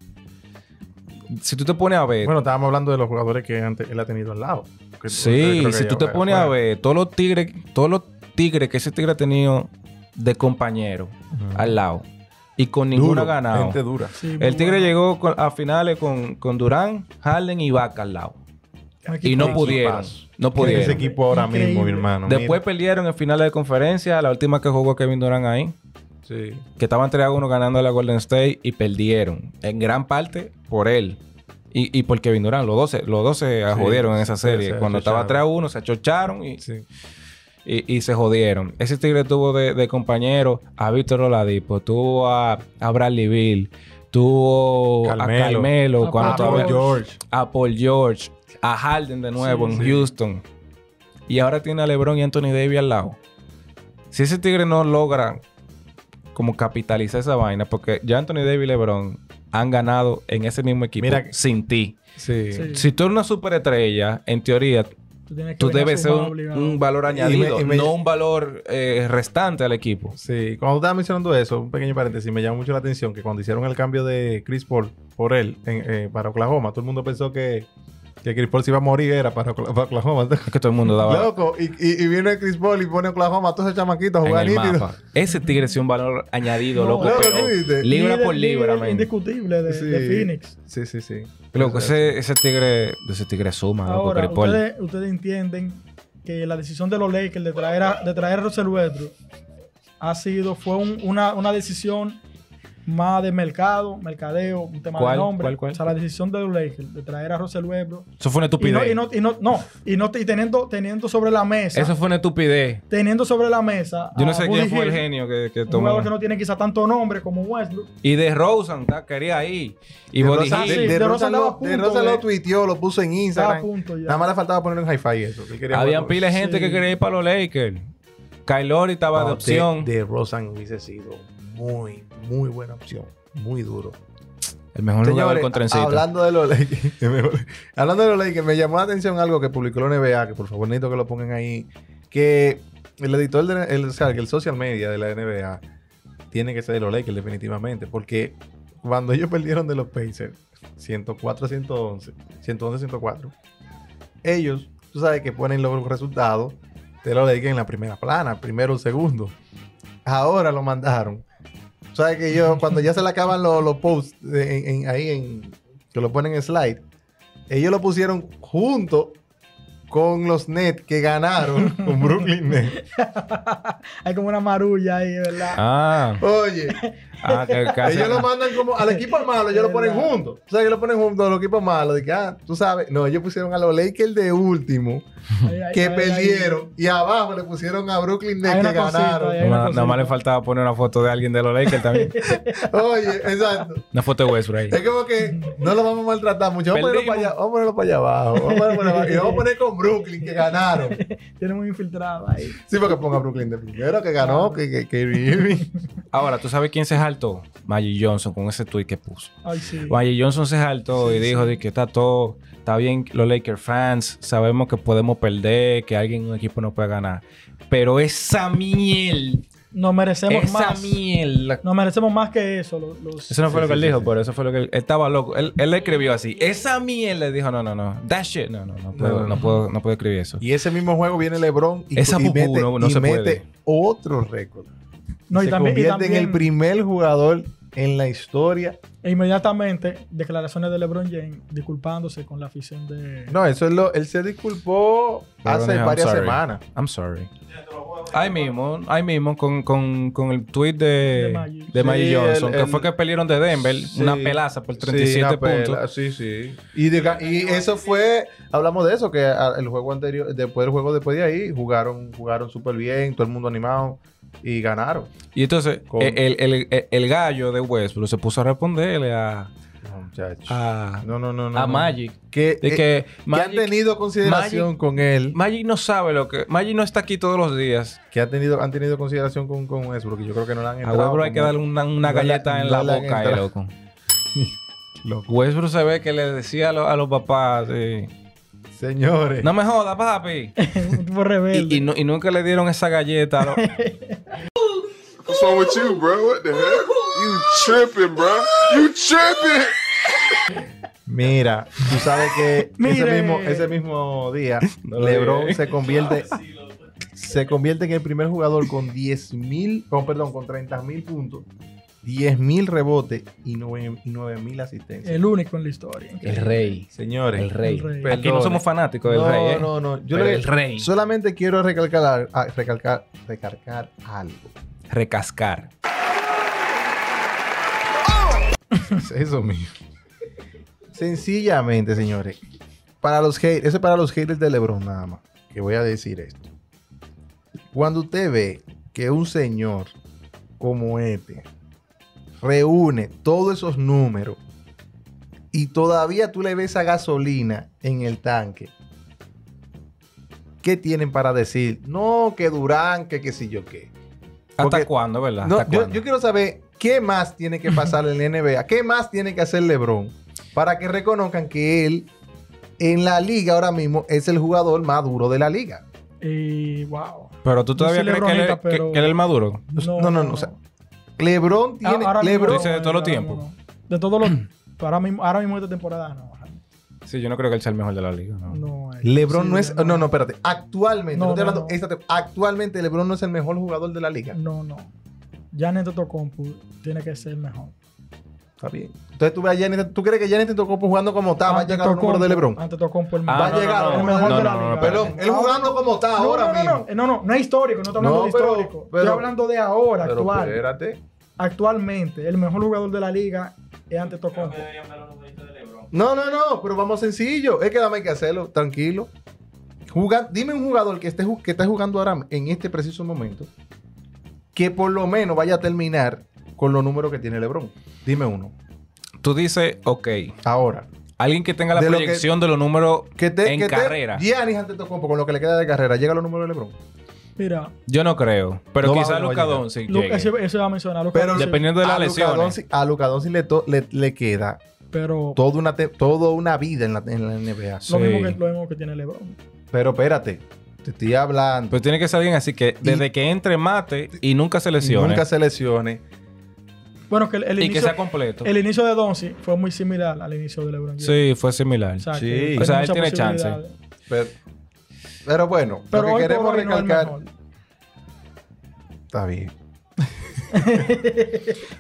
Speaker 3: Si tú te pones a ver.
Speaker 2: bueno, estábamos hablando de los jugadores que antes él ha tenido al lado. Que- yo creo
Speaker 3: Sí,
Speaker 2: que
Speaker 3: si
Speaker 2: ya
Speaker 3: tú te
Speaker 2: fue-
Speaker 3: pones a
Speaker 2: fue.
Speaker 3: ver, todos los tigres, todos los tigres que ese tigre ha tenido de compañero
Speaker 2: Ujú.
Speaker 3: al lado y con
Speaker 2: Duro,
Speaker 3: ninguno ha ganado.
Speaker 2: Gente dura.
Speaker 4: Sí, muy
Speaker 3: El tigre
Speaker 4: bueno.
Speaker 3: llegó con- a finales con, con Durán, Harden y Vaca al lado.
Speaker 4: Un
Speaker 3: Y
Speaker 4: equipo
Speaker 3: no
Speaker 4: de-
Speaker 3: pudieron.
Speaker 2: equipazo.
Speaker 3: No
Speaker 2: Tiene ese
Speaker 3: pudieron.
Speaker 2: equipo ahora mismo, mi
Speaker 4: Increíble.
Speaker 2: hermano.
Speaker 3: Después
Speaker 2: mira.
Speaker 3: pelearon en finales de conferencia, la última que jugó Kevin Durán ahí,
Speaker 2: Sí.
Speaker 3: que estaban 3 a 1 ganando a la Golden State y perdieron. En gran parte por él. Y, y por Kevin Durán. Los dos se, los dos se
Speaker 2: Sí,
Speaker 3: jodieron en esa
Speaker 2: sí,
Speaker 3: serie.
Speaker 2: se
Speaker 3: Cuando estaba
Speaker 2: achocharon.
Speaker 3: 3 a 1, se achocharon y,
Speaker 2: Sí.
Speaker 3: y, y se jodieron. Ese Tigre tuvo de, de compañero a Víctor Oladipo, tuvo a, a Bradley Bill, tuvo a
Speaker 2: Carmelo.
Speaker 3: Carmelo,
Speaker 4: A
Speaker 3: cuando
Speaker 2: Ah,
Speaker 4: Paul
Speaker 3: estaba-
Speaker 2: Paul George.
Speaker 3: a Paul George, a Harden de nuevo
Speaker 4: Sí,
Speaker 3: en
Speaker 2: sí.
Speaker 3: Houston. Y ahora tiene a LeBron y Anthony Davis al lado. Si ese Tigre no logra como capitalizar esa vaina, porque ya Anthony Davis y LeBron han ganado en ese mismo equipo
Speaker 2: Mira que-
Speaker 3: sin ti.
Speaker 2: Sí.
Speaker 4: Sí.
Speaker 3: Si tú eres una superestrella, en teoría
Speaker 4: Tú, tienes que
Speaker 3: Tú
Speaker 4: venir a
Speaker 3: debes ser
Speaker 4: sumar
Speaker 3: un,
Speaker 4: obligado.
Speaker 3: un valor
Speaker 2: Y me-
Speaker 3: añadido,
Speaker 2: y me-
Speaker 3: no un valor eh, restante al equipo.
Speaker 2: Sí, cuando estaba mencionando eso, un pequeño paréntesis, me llamó mucho la atención que cuando hicieron el cambio de Chris Paul por él en- eh, para Oklahoma, todo el mundo pensó que, que Chris Paul se iba a morir, era para, Ocla- para Oklahoma.
Speaker 3: Es que todo el mundo daba
Speaker 2: Loco, y, y, y viene Chris Paul y pone Oklahoma a todos esos chamaquitos a
Speaker 3: en
Speaker 2: jugar
Speaker 3: el
Speaker 2: nítido.
Speaker 3: mapa. Ese tigre sí es un valor añadido,
Speaker 4: No,
Speaker 3: loco,
Speaker 4: claro,
Speaker 3: pero
Speaker 2: ¿qué dices?
Speaker 3: libra
Speaker 4: Líder-
Speaker 3: por libra,
Speaker 4: líder
Speaker 3: man.
Speaker 4: Indiscutible de, de
Speaker 2: Sí.
Speaker 4: Phoenix.
Speaker 2: Sí, sí, sí.
Speaker 3: Loco, ese, ese tigre, ese tigre suma, Ah, loco,
Speaker 4: Ahora,
Speaker 3: Chris Paul.
Speaker 4: ustedes, ustedes entienden que la decisión de los Lakers de traer a, de traer a Russell Westbrook ha sido, fue un- una, una decisión más de mercado, mercadeo, un tema
Speaker 3: ¿Cuál?
Speaker 4: de nombre.
Speaker 3: ¿Cuál, cuál?
Speaker 4: O sea, la decisión de los Lakers de traer a Russell Westbrook.
Speaker 3: Eso fue una
Speaker 4: Y no,
Speaker 3: estupidez.
Speaker 4: y no, y no, no, y no y teniendo, teniendo sobre la mesa.
Speaker 3: Eso fue una estupidez.
Speaker 4: Teniendo sobre la mesa.
Speaker 3: Yo no
Speaker 4: a
Speaker 3: sé
Speaker 4: Buddy
Speaker 3: quién fue el
Speaker 4: Hield,
Speaker 3: genio que, que
Speaker 4: Ah, Un jugador
Speaker 3: tomó.
Speaker 4: que no tiene quizá tanto nombre como Westbrook.
Speaker 3: Y de Rosen, ta, quería ahí. Y
Speaker 2: De
Speaker 3: Body
Speaker 2: Rosa-
Speaker 4: Hill.
Speaker 2: de-
Speaker 4: Sí,
Speaker 2: de
Speaker 4: de
Speaker 2: Rosa
Speaker 4: Rosa
Speaker 2: lo-
Speaker 4: andaba a punto
Speaker 2: de Rosa lo
Speaker 4: de-
Speaker 2: tuiteó, lo puso en
Speaker 4: Estaba
Speaker 2: Instagram.
Speaker 4: a punto ya.
Speaker 2: Nada más le faltaba ponerlo en hi-fi eso. que él quería
Speaker 3: Habían
Speaker 2: jugar.
Speaker 3: pila de gente
Speaker 4: Sí.
Speaker 3: que quería ir para los Lakers. Kylori estaba
Speaker 2: No,
Speaker 3: de opción.
Speaker 2: De, Rosan hubiese sido muy, muy buena opción. Muy duro.
Speaker 3: el mejor jugador
Speaker 2: Señores,
Speaker 3: con trencito.
Speaker 2: hablando de los Lakers, el mejor- hablando de los Lakers, me llamó la atención algo que publicó la NBA, que por favor necesito que lo pongan ahí, que el editor, de, el, o sea, que el social media de la NBA tiene que ser de los Lakers definitivamente, porque cuando ellos perdieron de los Pacers, 104-111, 111-104, ellos, tú sabes que ponen los resultados de los Lakers en la primera plana, primero o segundo. Ahora lo mandaron. Tú sabes que yo, cuando ya se le acaban los, los posts de- en- en- ahí en, que lo ponen en slide, ellos lo pusieron junto con los Nets que ganaron con Brooklyn Nets.
Speaker 4: Hay como una marulla ahí, ¿verdad?
Speaker 3: Ah,
Speaker 2: Oye,
Speaker 3: ah, que casi.
Speaker 2: ellos lo mandan como al equipo malo, ellos lo ponen
Speaker 4: Verdad.
Speaker 2: junto. O sea, ellos lo ponen junto al equipo malo. De que, ah, tú sabes. No, ellos pusieron a los Lakers de último
Speaker 4: Ahí- ahí-
Speaker 2: que
Speaker 4: ahí- ahí-
Speaker 2: perdieron y abajo le pusieron a Brooklyn
Speaker 4: Hay
Speaker 2: Nets
Speaker 4: una
Speaker 2: que
Speaker 4: cosita
Speaker 2: ganaron.
Speaker 4: ahí.
Speaker 3: Nada más- nada más le faltaba poner una foto de alguien de los Lakers también.
Speaker 2: Oye, exacto.
Speaker 3: Una foto de Westbrook ahí.
Speaker 2: Es como que no lo vamos a maltratar mucho. Vamos a ponerlo para allá, vamos a ponerlo para allá abajo. Vamos a ponerlo para abajo. Y vamos a poner con Brooklyn, que ganaron.
Speaker 4: Tiene muy infiltrado ahí.
Speaker 2: Sí, porque ponga Brooklyn de primero, que ganó, que, que, que Irving.
Speaker 3: Ahora, ¿tú sabes quién se saltó? Magic Johnson con ese tweet que puso.
Speaker 4: Ay, sí.
Speaker 3: Magic Johnson se saltó y dijo de que está todo, está bien los Lakers fans, sabemos que podemos perder, que alguien en un equipo no puede ganar. Pero esa miel,
Speaker 4: Nos merecemos
Speaker 3: esa
Speaker 4: más.
Speaker 3: miel. la-
Speaker 4: Nos merecemos más que eso. Los, los-
Speaker 3: Eso no fue
Speaker 2: Sí,
Speaker 3: lo que
Speaker 2: sí,
Speaker 3: él
Speaker 2: sí,
Speaker 3: dijo,
Speaker 2: sí.
Speaker 3: pero eso fue lo que él, él estaba loco. Él, él le escribió así, esa miel le dijo, no, no, no, that shit, no, no, no puedo,
Speaker 2: No.
Speaker 3: no, puedo, no puedo escribir eso.
Speaker 2: Y ese mismo juego viene LeBron y,
Speaker 3: Esa
Speaker 2: y
Speaker 3: pupú
Speaker 2: mete,
Speaker 3: no- no
Speaker 2: y
Speaker 3: se
Speaker 2: mete
Speaker 3: puede.
Speaker 2: otro récord.
Speaker 4: no, y
Speaker 2: se
Speaker 4: también, y
Speaker 2: convierte en el
Speaker 4: también-
Speaker 2: primer jugador en la historia.
Speaker 4: e inmediatamente, declaraciones de LeBron James disculpándose con la afición de.
Speaker 2: No, eso es lo. Él se disculpó hace
Speaker 3: Perdón, I'm
Speaker 2: varias
Speaker 3: sorry.
Speaker 2: semanas.
Speaker 3: I'm sorry.
Speaker 5: Ya, te lo voy a ver.
Speaker 3: Ahí mismo, ahí mismo, con, con, con el tweet
Speaker 4: De
Speaker 3: de,
Speaker 4: Magic.
Speaker 3: de Magic
Speaker 2: Sí,
Speaker 3: Johnson,
Speaker 2: el-
Speaker 3: que
Speaker 2: el-
Speaker 3: fue que pelearon de Denver, una
Speaker 2: Sí.
Speaker 3: pelaza por
Speaker 2: Sí,
Speaker 3: 37
Speaker 2: una pela.
Speaker 3: puntos.
Speaker 2: Sí, sí. Y, de- y eso fue, hablamos de eso, que a- el juego anterior, después del juego después de ahí, jugaron jugaron súper bien, todo el mundo animado y ganaron.
Speaker 3: Y entonces,
Speaker 2: Con-
Speaker 3: el, el- el- el- el gallo de Westbrook se puso a responderle a,
Speaker 2: No, muchachos.
Speaker 3: a,
Speaker 2: no, no, no, no.
Speaker 3: Ah. a
Speaker 2: no.
Speaker 3: Magic.
Speaker 2: Que,
Speaker 3: De
Speaker 2: eh,
Speaker 3: que,
Speaker 2: que
Speaker 3: Magic,
Speaker 2: han tenido consideración con él,
Speaker 3: Magic no sabe lo que... Magic no está aquí todos los días.
Speaker 2: que han tenido, han tenido consideración con, con eso, porque yo creo que no le han
Speaker 3: A
Speaker 2: entrado.
Speaker 3: Westbrook hay
Speaker 2: como-
Speaker 3: que darle una,
Speaker 2: no
Speaker 3: una
Speaker 2: le-
Speaker 3: galleta en
Speaker 2: no
Speaker 3: la
Speaker 2: le han
Speaker 3: boca, ahí,
Speaker 2: entrado.
Speaker 3: loco. Westbrook se ve que le decía a, los- a los papás, eh,
Speaker 2: Señores.
Speaker 3: no me jodas, papi.
Speaker 4: Un tipo rebelde.
Speaker 3: Y, y no- y nunca le dieron esa galleta. a los-
Speaker 1: What's wrong with you, bro? What the heck? You tripping, bro? You tripping?
Speaker 2: Mira, tú sabes que ese
Speaker 4: Mire.
Speaker 2: mismo, ese mismo día,
Speaker 3: No lo
Speaker 2: LeBron
Speaker 3: diré.
Speaker 2: se convierte, se convierte en el primer jugador con 10.000, con, perdón, con 30.000 puntos, 10.000 rebotes y 9.000 y 9,000 asistencias.
Speaker 4: el único en la historia.
Speaker 3: rey.
Speaker 2: Señores,
Speaker 3: El rey.
Speaker 4: El rey.
Speaker 3: Aquí no somos fanáticos del
Speaker 2: no,
Speaker 3: rey, ¿eh?
Speaker 2: no, no. Yo
Speaker 3: Pero
Speaker 2: lo que-
Speaker 3: el rey.
Speaker 2: solamente quiero recalcar, ah, recalcar, recalcar algo.
Speaker 3: Recascar.
Speaker 2: Eso mío. Sencillamente, señores. Para los haters, eso es para los haters de LeBron nada más. Que voy a decir esto. Cuando usted ve que un señor como este reúne todos esos números y todavía tú le ves esa gasolina en el tanque, ¿qué tienen para decir? No, que Durán, que qué sé yo qué.
Speaker 3: ¿Hasta
Speaker 2: Porque-
Speaker 3: cuándo, verdad?
Speaker 2: No,
Speaker 3: ¿Hasta
Speaker 2: yo,
Speaker 3: cuándo?
Speaker 2: yo quiero saber qué más tiene que pasar en la NBA, qué más tiene que hacer LeBron para que reconozcan que él en la liga ahora mismo es el jugador más duro de la liga.
Speaker 4: Y wow.
Speaker 3: Pero tú
Speaker 4: Yo
Speaker 3: todavía
Speaker 4: soy
Speaker 3: crees que él,
Speaker 4: lebronita,
Speaker 3: es- que-
Speaker 4: pero-
Speaker 3: que él es el maduro.
Speaker 2: No, Pues, no, no, o sea, LeBron tiene
Speaker 4: Ahora mismo
Speaker 2: LeBron-
Speaker 4: no,
Speaker 3: Tú dices de todos los
Speaker 4: ahora mismo
Speaker 3: tiempos.
Speaker 4: no. De todos los. pero ahora mismo, ahora mismo esta temporada no.
Speaker 3: Sí, yo no creo que él sea el mejor de la liga. No.
Speaker 4: no es-
Speaker 2: LeBron
Speaker 4: sí,
Speaker 2: no es no no, espérate, actualmente,
Speaker 4: No,
Speaker 2: no estoy
Speaker 4: no,
Speaker 2: hablando
Speaker 4: no.
Speaker 2: esta tem- actualmente LeBron no es el mejor jugador de la liga.
Speaker 4: No, no. Ya Neto Tocompu tiene que ser mejor.
Speaker 2: Está bien. Entonces tú ves a Giannis- tú crees que Giannis Antetokounmpo jugando como está Ah, va a llegar al número de LeBron.
Speaker 4: Ante Tocompu el
Speaker 3: Ah,
Speaker 2: va a
Speaker 3: no, no,
Speaker 2: llegar
Speaker 3: no.
Speaker 2: al
Speaker 4: el mejor
Speaker 3: No,
Speaker 4: de la
Speaker 3: no, no,
Speaker 4: liga.
Speaker 2: Perdón, él jugando como está
Speaker 4: No,
Speaker 2: ahora
Speaker 4: no, no,
Speaker 2: mismo.
Speaker 4: No, no, no, no es histórico, no está hablando
Speaker 2: No,
Speaker 4: de
Speaker 2: pero-
Speaker 4: histórico.
Speaker 2: pero-
Speaker 4: Estoy hablando de ahora,
Speaker 2: Pero
Speaker 4: actual.
Speaker 2: espérate.
Speaker 4: actualmente el mejor jugador de la liga es
Speaker 5: Creo que
Speaker 4: Antetokounmpo.
Speaker 5: deberían ver los numeritos de LeBron.
Speaker 2: No, no, no, pero vamos sencillo. Es que dame que hacerlo, tranquilo. Juga- dime un jugador que esté, ju- que esté jugando ahora en este preciso momento que por lo menos vaya a terminar con los números que tiene LeBron. Dime uno.
Speaker 3: Tú dices, ok,
Speaker 2: Ahora.
Speaker 3: alguien que tenga la
Speaker 2: De lo que-
Speaker 3: proyección de los números
Speaker 2: Que te,
Speaker 3: en
Speaker 2: que te-
Speaker 3: carrera.
Speaker 2: Giannis Antetokounmpo, con lo que le queda de carrera, llega a los números de LeBron.
Speaker 4: Mira,
Speaker 3: Yo no creo. Pero
Speaker 2: No va-
Speaker 3: quizás
Speaker 2: no va
Speaker 3: Luca
Speaker 2: a llegar.
Speaker 3: Doncic
Speaker 4: Lu-
Speaker 3: llegue.
Speaker 4: eso, eso iba a mencionar. Luka
Speaker 2: Pero-
Speaker 4: Doncic,
Speaker 3: Dependiendo de
Speaker 2: a
Speaker 3: las
Speaker 2: Ah, Luka
Speaker 3: lesiones.
Speaker 2: Doncic- a Luca Doncic le, to- le- le queda
Speaker 4: pero
Speaker 2: toda una, te- toda una vida en la, en la NBA.
Speaker 4: lo, mismo
Speaker 3: Sí.
Speaker 4: que, lo mismo que tiene LeBron.
Speaker 2: Pero espérate, te estoy hablando.
Speaker 3: Pues tiene que ser alguien así que desde que entre mate y nunca se lesione.
Speaker 2: Nunca se lesione.
Speaker 4: Bueno, que el, el
Speaker 3: y que
Speaker 4: inicio,
Speaker 3: sea completo.
Speaker 4: el inicio de Doncic fue muy similar al inicio de LeBron. James.
Speaker 3: Sí, fue similar.
Speaker 4: O sea, que
Speaker 2: Sí.
Speaker 4: tiene
Speaker 3: O sea, él
Speaker 4: muchas
Speaker 3: tiene chance.
Speaker 4: posibilidades.
Speaker 2: Pero, pero bueno,
Speaker 4: Pero
Speaker 2: lo
Speaker 4: hoy
Speaker 2: que queremos
Speaker 4: por hoy no es el
Speaker 2: recalcar.
Speaker 4: mejor.
Speaker 2: está bien.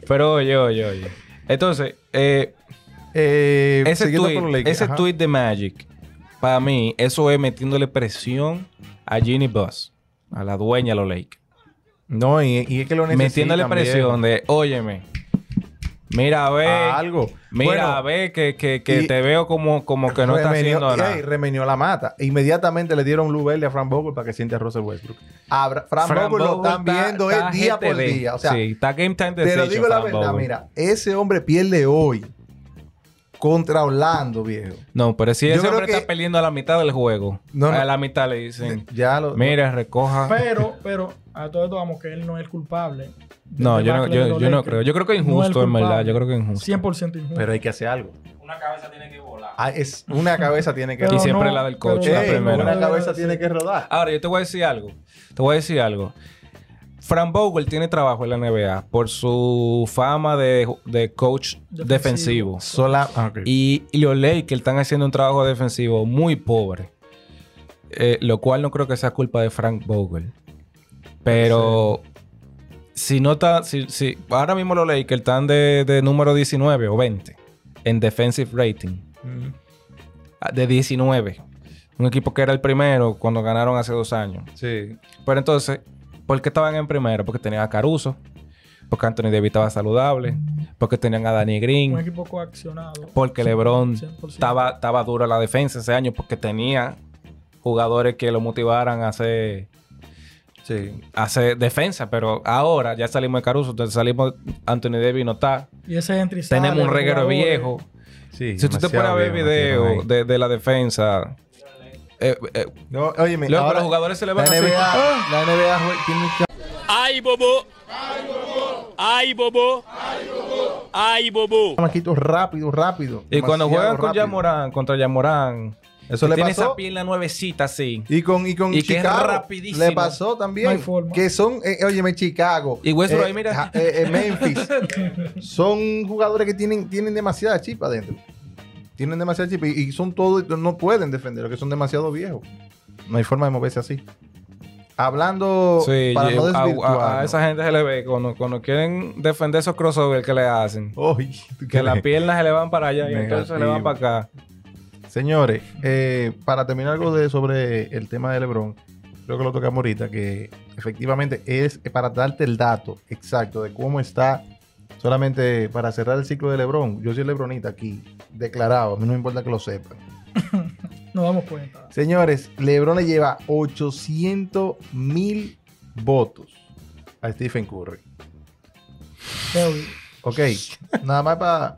Speaker 3: Pero oye, oye, oye. Entonces, eh,
Speaker 2: Eh,
Speaker 3: ese,
Speaker 2: siguiendo
Speaker 3: tweet,
Speaker 2: con los Lakers,
Speaker 3: ese
Speaker 2: ajá.
Speaker 3: tweet de Magic, para mí, eso es metiéndole presión a Ginny Bus, a la dueña de los Lakers.
Speaker 2: No, y, y es que lo necesitan.
Speaker 3: metiéndole presión de, óyeme, mira a ver,
Speaker 2: a Ah, algo.
Speaker 3: Ah, mira
Speaker 2: Bueno,
Speaker 3: a ver que, que, que
Speaker 2: y-
Speaker 3: te veo como, como que no está
Speaker 2: remenió-
Speaker 3: haciendo nada.
Speaker 2: ey, remenió la mata. Inmediatamente le dieron luz verde a Fran Vogel para que siente a Russell Westbrook. A Bra- Fran, Vogel lo
Speaker 3: Vogel
Speaker 2: están
Speaker 3: está-
Speaker 2: viendo
Speaker 3: está
Speaker 2: es día por
Speaker 3: GTD.
Speaker 2: día. O sea,
Speaker 3: sí, está game time
Speaker 2: te lo
Speaker 3: decision,
Speaker 2: digo la
Speaker 3: Fran
Speaker 2: verdad.
Speaker 3: Vogel.
Speaker 2: Mira, ese hombre pierde hoy contra Orlando, viejo.
Speaker 3: No, pero si
Speaker 2: Yo
Speaker 3: ese
Speaker 2: creo
Speaker 3: hombre
Speaker 2: que-
Speaker 3: está perdiendo a la mitad del juego,
Speaker 2: No, no.
Speaker 3: a la mitad le dicen,
Speaker 2: Ya lo.
Speaker 3: mira, recoja.
Speaker 4: Pero, pero, a todo esto vamos que él no es el culpable. del
Speaker 3: No, yo no,
Speaker 4: debacle de
Speaker 3: yo,
Speaker 4: los
Speaker 3: yo no
Speaker 4: Lakers.
Speaker 3: creo. Yo creo que es
Speaker 4: No
Speaker 3: injusto,
Speaker 4: el
Speaker 3: en verdad.
Speaker 4: culpable.
Speaker 3: Yo creo que es injusto.
Speaker 4: 100% injusto.
Speaker 2: Pero hay que hacer algo.
Speaker 5: Una cabeza tiene que volar.
Speaker 2: Ah, es, una cabeza tiene que
Speaker 4: Pero
Speaker 3: Y siempre
Speaker 4: no,
Speaker 3: la del coach,
Speaker 4: pero
Speaker 3: la
Speaker 4: no,
Speaker 2: Ey,
Speaker 3: primera.
Speaker 2: Una
Speaker 4: no,
Speaker 2: cabeza
Speaker 4: no,
Speaker 2: tiene
Speaker 4: sí.
Speaker 2: que rodar.
Speaker 3: Ahora, yo te voy a decir algo. Te voy a decir algo. Fran Vogel tiene trabajo en la NBA por su fama de, de coach
Speaker 4: Defensivo.
Speaker 3: defensivo.
Speaker 2: Sola. ah, ok.
Speaker 3: Y, y los Lakers están haciendo un trabajo defensivo muy pobre. Eh, lo cual no creo que sea culpa de Frank Vogel. Pero si no está. Si, si- ahora mismo los Lakers están de, de número 19 o 20 en defensive rating. Ah, De 19. Un equipo que era el primero cuando ganaron hace dos años.
Speaker 2: Sí.
Speaker 3: Pero entonces, ¿por qué estaban en primero? Porque tenían a Caruso. Porque Anthony Davis estaba saludable. Porque tenían a Danny Green.
Speaker 4: Un equipo coaccionado.
Speaker 3: Porque LeBron
Speaker 4: 100%.
Speaker 3: estaba, estaba duro a la defensa ese año porque tenía jugadores que lo motivaran a hacer,
Speaker 2: Sí.
Speaker 3: a hacer defensa. Pero ahora ya salimos de Caruso, entonces salimos Anthony Davis no está.
Speaker 4: Y ese Henry
Speaker 3: Tenemos un reguero viejo.
Speaker 2: Sí,
Speaker 3: Si tú te pones a
Speaker 2: demasiado
Speaker 3: ver
Speaker 2: bien, Martín,
Speaker 3: videos
Speaker 2: ahí.
Speaker 3: de, de la defensa, eh, eh,
Speaker 2: No, óyeme,
Speaker 3: luego
Speaker 2: ahora
Speaker 3: los jugadores se le
Speaker 2: la
Speaker 3: van a hacer.
Speaker 2: NBA, la NBA jue- tiene mucha- chamaquitos rápido, rápido.
Speaker 3: Y cuando
Speaker 2: demasiado
Speaker 3: juegan con
Speaker 2: rápido.
Speaker 3: Yamorán, contra Yamorán,
Speaker 2: Eso le
Speaker 3: tiene
Speaker 2: pasó.
Speaker 3: esa pierna nuevecita así.
Speaker 2: Y con, y con
Speaker 3: Y que es
Speaker 2: Chicago
Speaker 3: rapidísimo.
Speaker 2: le pasó también.
Speaker 4: No hay forma.
Speaker 2: Que son, eh, óyeme, Chicago.
Speaker 3: Y Westbrook
Speaker 2: eh,
Speaker 3: ahí, mira.
Speaker 2: ja- eh, eh, Memphis. son jugadores que tienen, tienen demasiada chispa adentro. Tienen demasiada chispa y, y son todos, no pueden defender, que son demasiado viejos. No hay forma de moverse así. Hablando
Speaker 3: Sí,
Speaker 2: para no
Speaker 3: y- a- a-
Speaker 2: desvirtuar.
Speaker 3: a, esa gente se le ve cuando, cuando quieren defender esos crossovers que le hacen. Que las piernas se le van para allá y entonces se le van
Speaker 2: Negativo.
Speaker 3: para acá.
Speaker 2: Señores, eh, para terminar algo de, sobre el tema de LeBron, creo que lo tocamos ahorita, que efectivamente es para darte el dato exacto de cómo está, solamente para cerrar el ciclo de LeBron. Yo soy LeBronita aquí, declarado, a mí no me importa que lo sepan.
Speaker 4: Nos damos cuenta.
Speaker 2: Señores, LeBron le lleva 800 mil votos a Stephen Curry.
Speaker 4: Curry,
Speaker 2: Ok, nada más para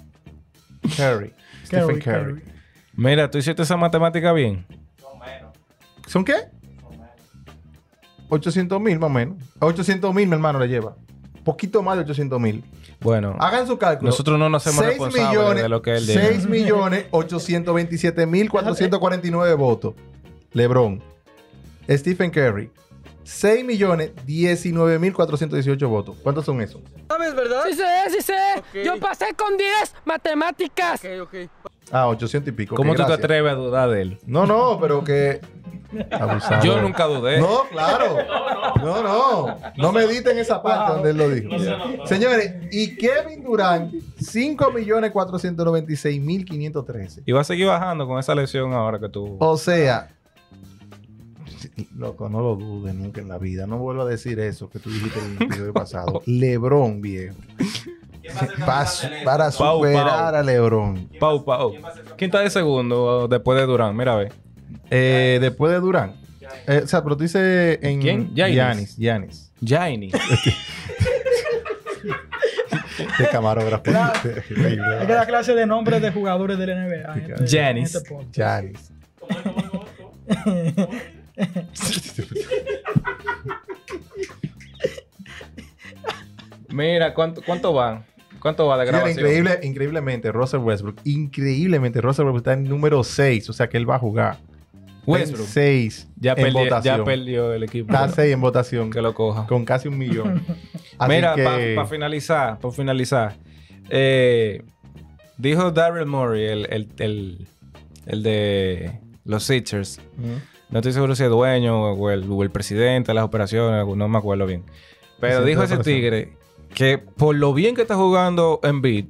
Speaker 2: Curry. Stephen
Speaker 4: Curry,
Speaker 2: Curry.
Speaker 4: Curry.
Speaker 3: Mira, tú hiciste esa matemática bien.
Speaker 5: Son menos.
Speaker 2: ¿Son qué?
Speaker 5: Son menos.
Speaker 2: 800 mil más o menos. A 800 mil, mi hermano, le lleva. Poquito más de 800 mil.
Speaker 3: Bueno,
Speaker 2: Hagan su cálculo.
Speaker 3: nosotros no nos hacemos
Speaker 2: 6
Speaker 3: responsables
Speaker 2: Ah, millones,
Speaker 3: de lo que él dijo.
Speaker 2: 6 millones 827 mil 449 votos. LeBron. Stephen Curry. 6 millones 19 mil 418 votos. ¿Cuántos son esos?
Speaker 6: Sí sé, sí sé. Yo pasé con 10 matemáticas.
Speaker 2: Ah, 800 y pico.
Speaker 3: ¿Cómo
Speaker 2: Ok,
Speaker 3: tú te
Speaker 2: gracias.
Speaker 3: atreves a dudar de él?
Speaker 2: No, no, pero que... Abusador.
Speaker 3: Yo nunca dudé.
Speaker 2: No, claro. No, no. No mediten esa parte donde él lo dijo.
Speaker 5: No se notó.
Speaker 2: Señores, y Kevin Durant, 5.496.513. Oh.
Speaker 3: Y va a seguir bajando con esa lesión ahora que tú.
Speaker 2: O sea, Loco, no lo dudes nunca en la vida. No vuelva a decir eso que tú dijiste el episodio pasado. Lebrón, viejo.
Speaker 5: ¿Quién va a ser
Speaker 2: Pa-
Speaker 5: campeón del
Speaker 2: para
Speaker 5: este?
Speaker 3: Pau,
Speaker 2: superar a Lebrón.
Speaker 5: ¿Quién va-
Speaker 3: Pau, Pau.
Speaker 5: quién va a ser campeón
Speaker 3: ¿Quién está de segundo oh, después de Durán? Mira, a ver.
Speaker 2: Eh, después de Durán. Eh, o sea, pero tú dices en.
Speaker 3: ¿Quién? Giannis.
Speaker 2: Giannis. Giannis.
Speaker 3: Jaini.
Speaker 2: Qué camarógrafo.
Speaker 4: Claro. Hay que dar clase de nombres de jugadores del NBA. en este-
Speaker 3: Giannis.
Speaker 4: en este podcast.
Speaker 2: Giannis.
Speaker 5: ¿Cómo es, cómo es, cómo es, cómo es?
Speaker 3: Mira, ¿cuánto, cuánto va? ¿Cuánto va de
Speaker 2: Señor,
Speaker 3: grabación?
Speaker 2: increíble, increíblemente, Russell Westbrook. Increíblemente, Russell Westbrook está en número 6. O sea que él va a jugar.
Speaker 3: Westbrook.
Speaker 2: 6
Speaker 3: Ya
Speaker 2: en
Speaker 3: perdió,
Speaker 2: votación.
Speaker 3: ya perdió el equipo.
Speaker 2: Está 6 en votación.
Speaker 3: Que lo coja.
Speaker 2: Con casi un millón. Así
Speaker 3: Mira,
Speaker 2: que-
Speaker 3: para finalizar, para finalizar. eh, dijo Daryl Murray, el, el- el- el de los Sixers.
Speaker 2: Ujú.
Speaker 3: No estoy seguro si es dueño o el, o el presidente de las operaciones, no me acuerdo bien. Pero
Speaker 2: Presidente
Speaker 3: dijo
Speaker 2: de
Speaker 3: ese
Speaker 2: operaciones.
Speaker 3: tigre que por lo bien que está jugando en beat,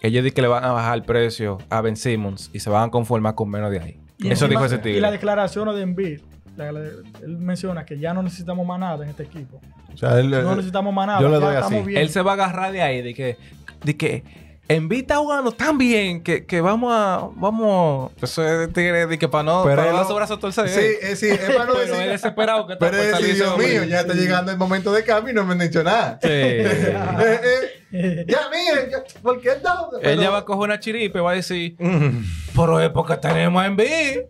Speaker 3: ellos dicen que le van a bajar el precio a Ben Simmons y se van a conformar con menos de ahí.
Speaker 4: Y
Speaker 3: Eso
Speaker 4: encima-
Speaker 3: dijo ese
Speaker 4: Y la
Speaker 3: tigre.
Speaker 4: declaración de Embiid. la- la- él menciona que ya no necesitamos más nada en este equipo.
Speaker 2: O sea, él- eh,
Speaker 4: No necesitamos más nada.
Speaker 2: yo le
Speaker 4: ya
Speaker 2: doy
Speaker 4: estamos
Speaker 2: así.
Speaker 4: bien.
Speaker 3: Él se va a agarrar de ahí, de que, de que en beat está jugando tan bien que, que vamos a, vamos, eso es de tigre, de que para no,
Speaker 2: Pero
Speaker 3: para
Speaker 2: él
Speaker 3: no
Speaker 2: no-
Speaker 3: sobrazos torcer.
Speaker 2: Sí, eh, sí, es para no
Speaker 3: pero
Speaker 2: decir.
Speaker 3: él es desesperado que está
Speaker 2: Pero
Speaker 3: por
Speaker 2: es decir,
Speaker 3: salir
Speaker 2: Dios
Speaker 3: ese hombre.
Speaker 2: mío, ya está llegando el momento de cambio y no me han dicho nada.
Speaker 3: Sí.
Speaker 2: Eh, eh, ya, miren, ya, ¿por qué no?
Speaker 3: Él
Speaker 2: Pero-
Speaker 3: ya va a coger una chiripa y va a decir, pero es porque tenemos a Embiid.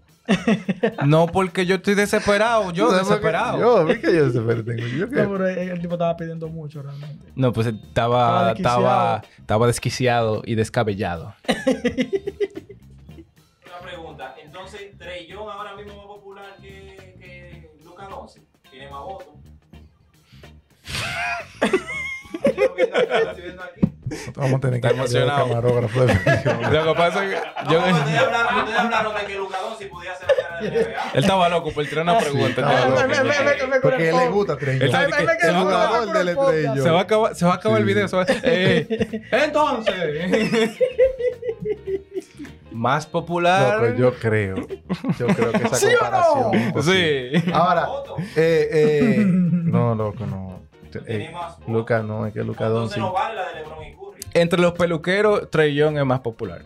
Speaker 3: no porque yo estoy desesperado, yo
Speaker 2: ¿Sabes por qué?
Speaker 3: desesperado.
Speaker 2: Yo, vi que yo desesperado tengo. Yo
Speaker 4: No,
Speaker 2: que...
Speaker 4: pero el, el tipo estaba pidiendo mucho realmente.
Speaker 3: No, pues estaba,
Speaker 4: Estaba
Speaker 3: estaba,
Speaker 4: desquiciado.
Speaker 3: estaba desquiciado y descabellado.
Speaker 5: Una pregunta. Entonces, Trellón ahora mismo más popular que, que Luca Doncic. Tiene más votos. Yo lo viendo acá, lo estoy viendo aquí.
Speaker 2: Vamos a tener
Speaker 3: Está
Speaker 2: que cambiar de
Speaker 3: emocionado.
Speaker 2: camarógrafo. definitivamente.
Speaker 3: Lo que pasa es que
Speaker 5: No,
Speaker 3: yo-
Speaker 5: ustedes hablaron, ustedes hablaron de que Luca Doncic podía ser la cara de NBA.
Speaker 3: él estaba loco por tirar una pregunta. estaba loco.
Speaker 4: me- me- me- me- me-
Speaker 2: Porque a él le gusta Treño.
Speaker 3: Él sabe que-
Speaker 2: El
Speaker 3: se va a
Speaker 2: jugador
Speaker 4: acabar
Speaker 2: del
Speaker 4: con el
Speaker 2: estrello.
Speaker 3: se va a acabar, se va a acabar el
Speaker 2: Sí.
Speaker 3: video. se va- Eh, entonces, más popular.
Speaker 2: Loco, yo creo. Yo creo que esa
Speaker 4: ¿Sí o no?
Speaker 2: comparación. pues es posible.
Speaker 3: sí.
Speaker 2: Ahora,
Speaker 5: Votos.
Speaker 2: eh, eh, no, loco, no.
Speaker 5: Tiene más votos.
Speaker 2: Lucas, no, es que Lucas Doncic.
Speaker 5: Entonces no vale la de LeBron y Curry.
Speaker 3: Entre los peluqueros, Trey Young es más popular.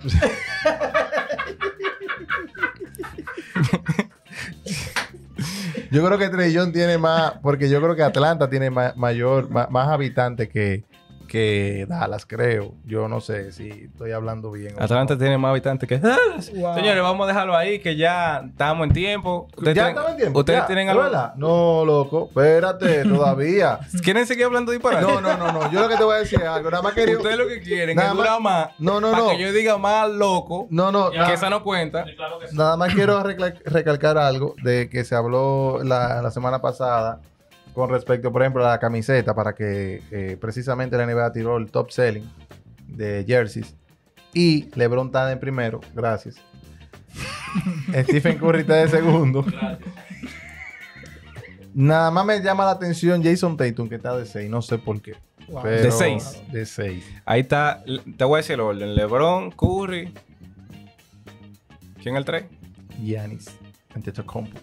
Speaker 2: Yo creo que Trellón tiene más, porque yo creo que Atlanta tiene ma- mayor, ma- más habitantes que, que Dallas, creo. Yo no sé si estoy hablando bien. o
Speaker 3: Atlanta
Speaker 2: no.
Speaker 3: tiene más habitantes que
Speaker 2: Ah,
Speaker 4: Wow.
Speaker 3: Señores, vamos a dejarlo ahí, que ya estamos en tiempo. Ustedes
Speaker 2: Ya
Speaker 3: tienen-
Speaker 2: estaba en tiempo.
Speaker 3: Ustedes
Speaker 2: ya,
Speaker 3: tienen
Speaker 2: ¿de
Speaker 3: algo.
Speaker 2: verdad? No, loco, espérate, todavía.
Speaker 3: ¿Quieren seguir hablando disparate?
Speaker 2: No, no, no, no. Yo lo que te voy a decir es algo. Nada más quería.
Speaker 3: Ustedes lo que quieren
Speaker 2: Nada
Speaker 3: es
Speaker 2: más-
Speaker 3: durar más.
Speaker 2: No, no,
Speaker 3: para
Speaker 2: no.
Speaker 3: que yo diga más loco.
Speaker 2: No, no.
Speaker 3: Que
Speaker 2: na-
Speaker 3: esa no cuenta.
Speaker 5: Sí, claro que sí.
Speaker 2: Nada más quiero recla- recalcar algo de que se habló la, la semana pasada con respecto, por ejemplo, a la camiseta, para que eh, precisamente la NBA tiró el top selling de jerseys. Y LeBron está en primero, gracias. Stephen Curry está de segundo.
Speaker 5: Gracias.
Speaker 2: Nada más me llama la atención Jason Tatum, que está de 6, no sé por qué.
Speaker 4: Wow.
Speaker 2: pero-
Speaker 3: De seis.
Speaker 2: De 6.
Speaker 3: Ahí está. Te voy a decir el orden: LeBron, Curry. ¿Quién el 3?
Speaker 2: Giannis. Antetokounmpo.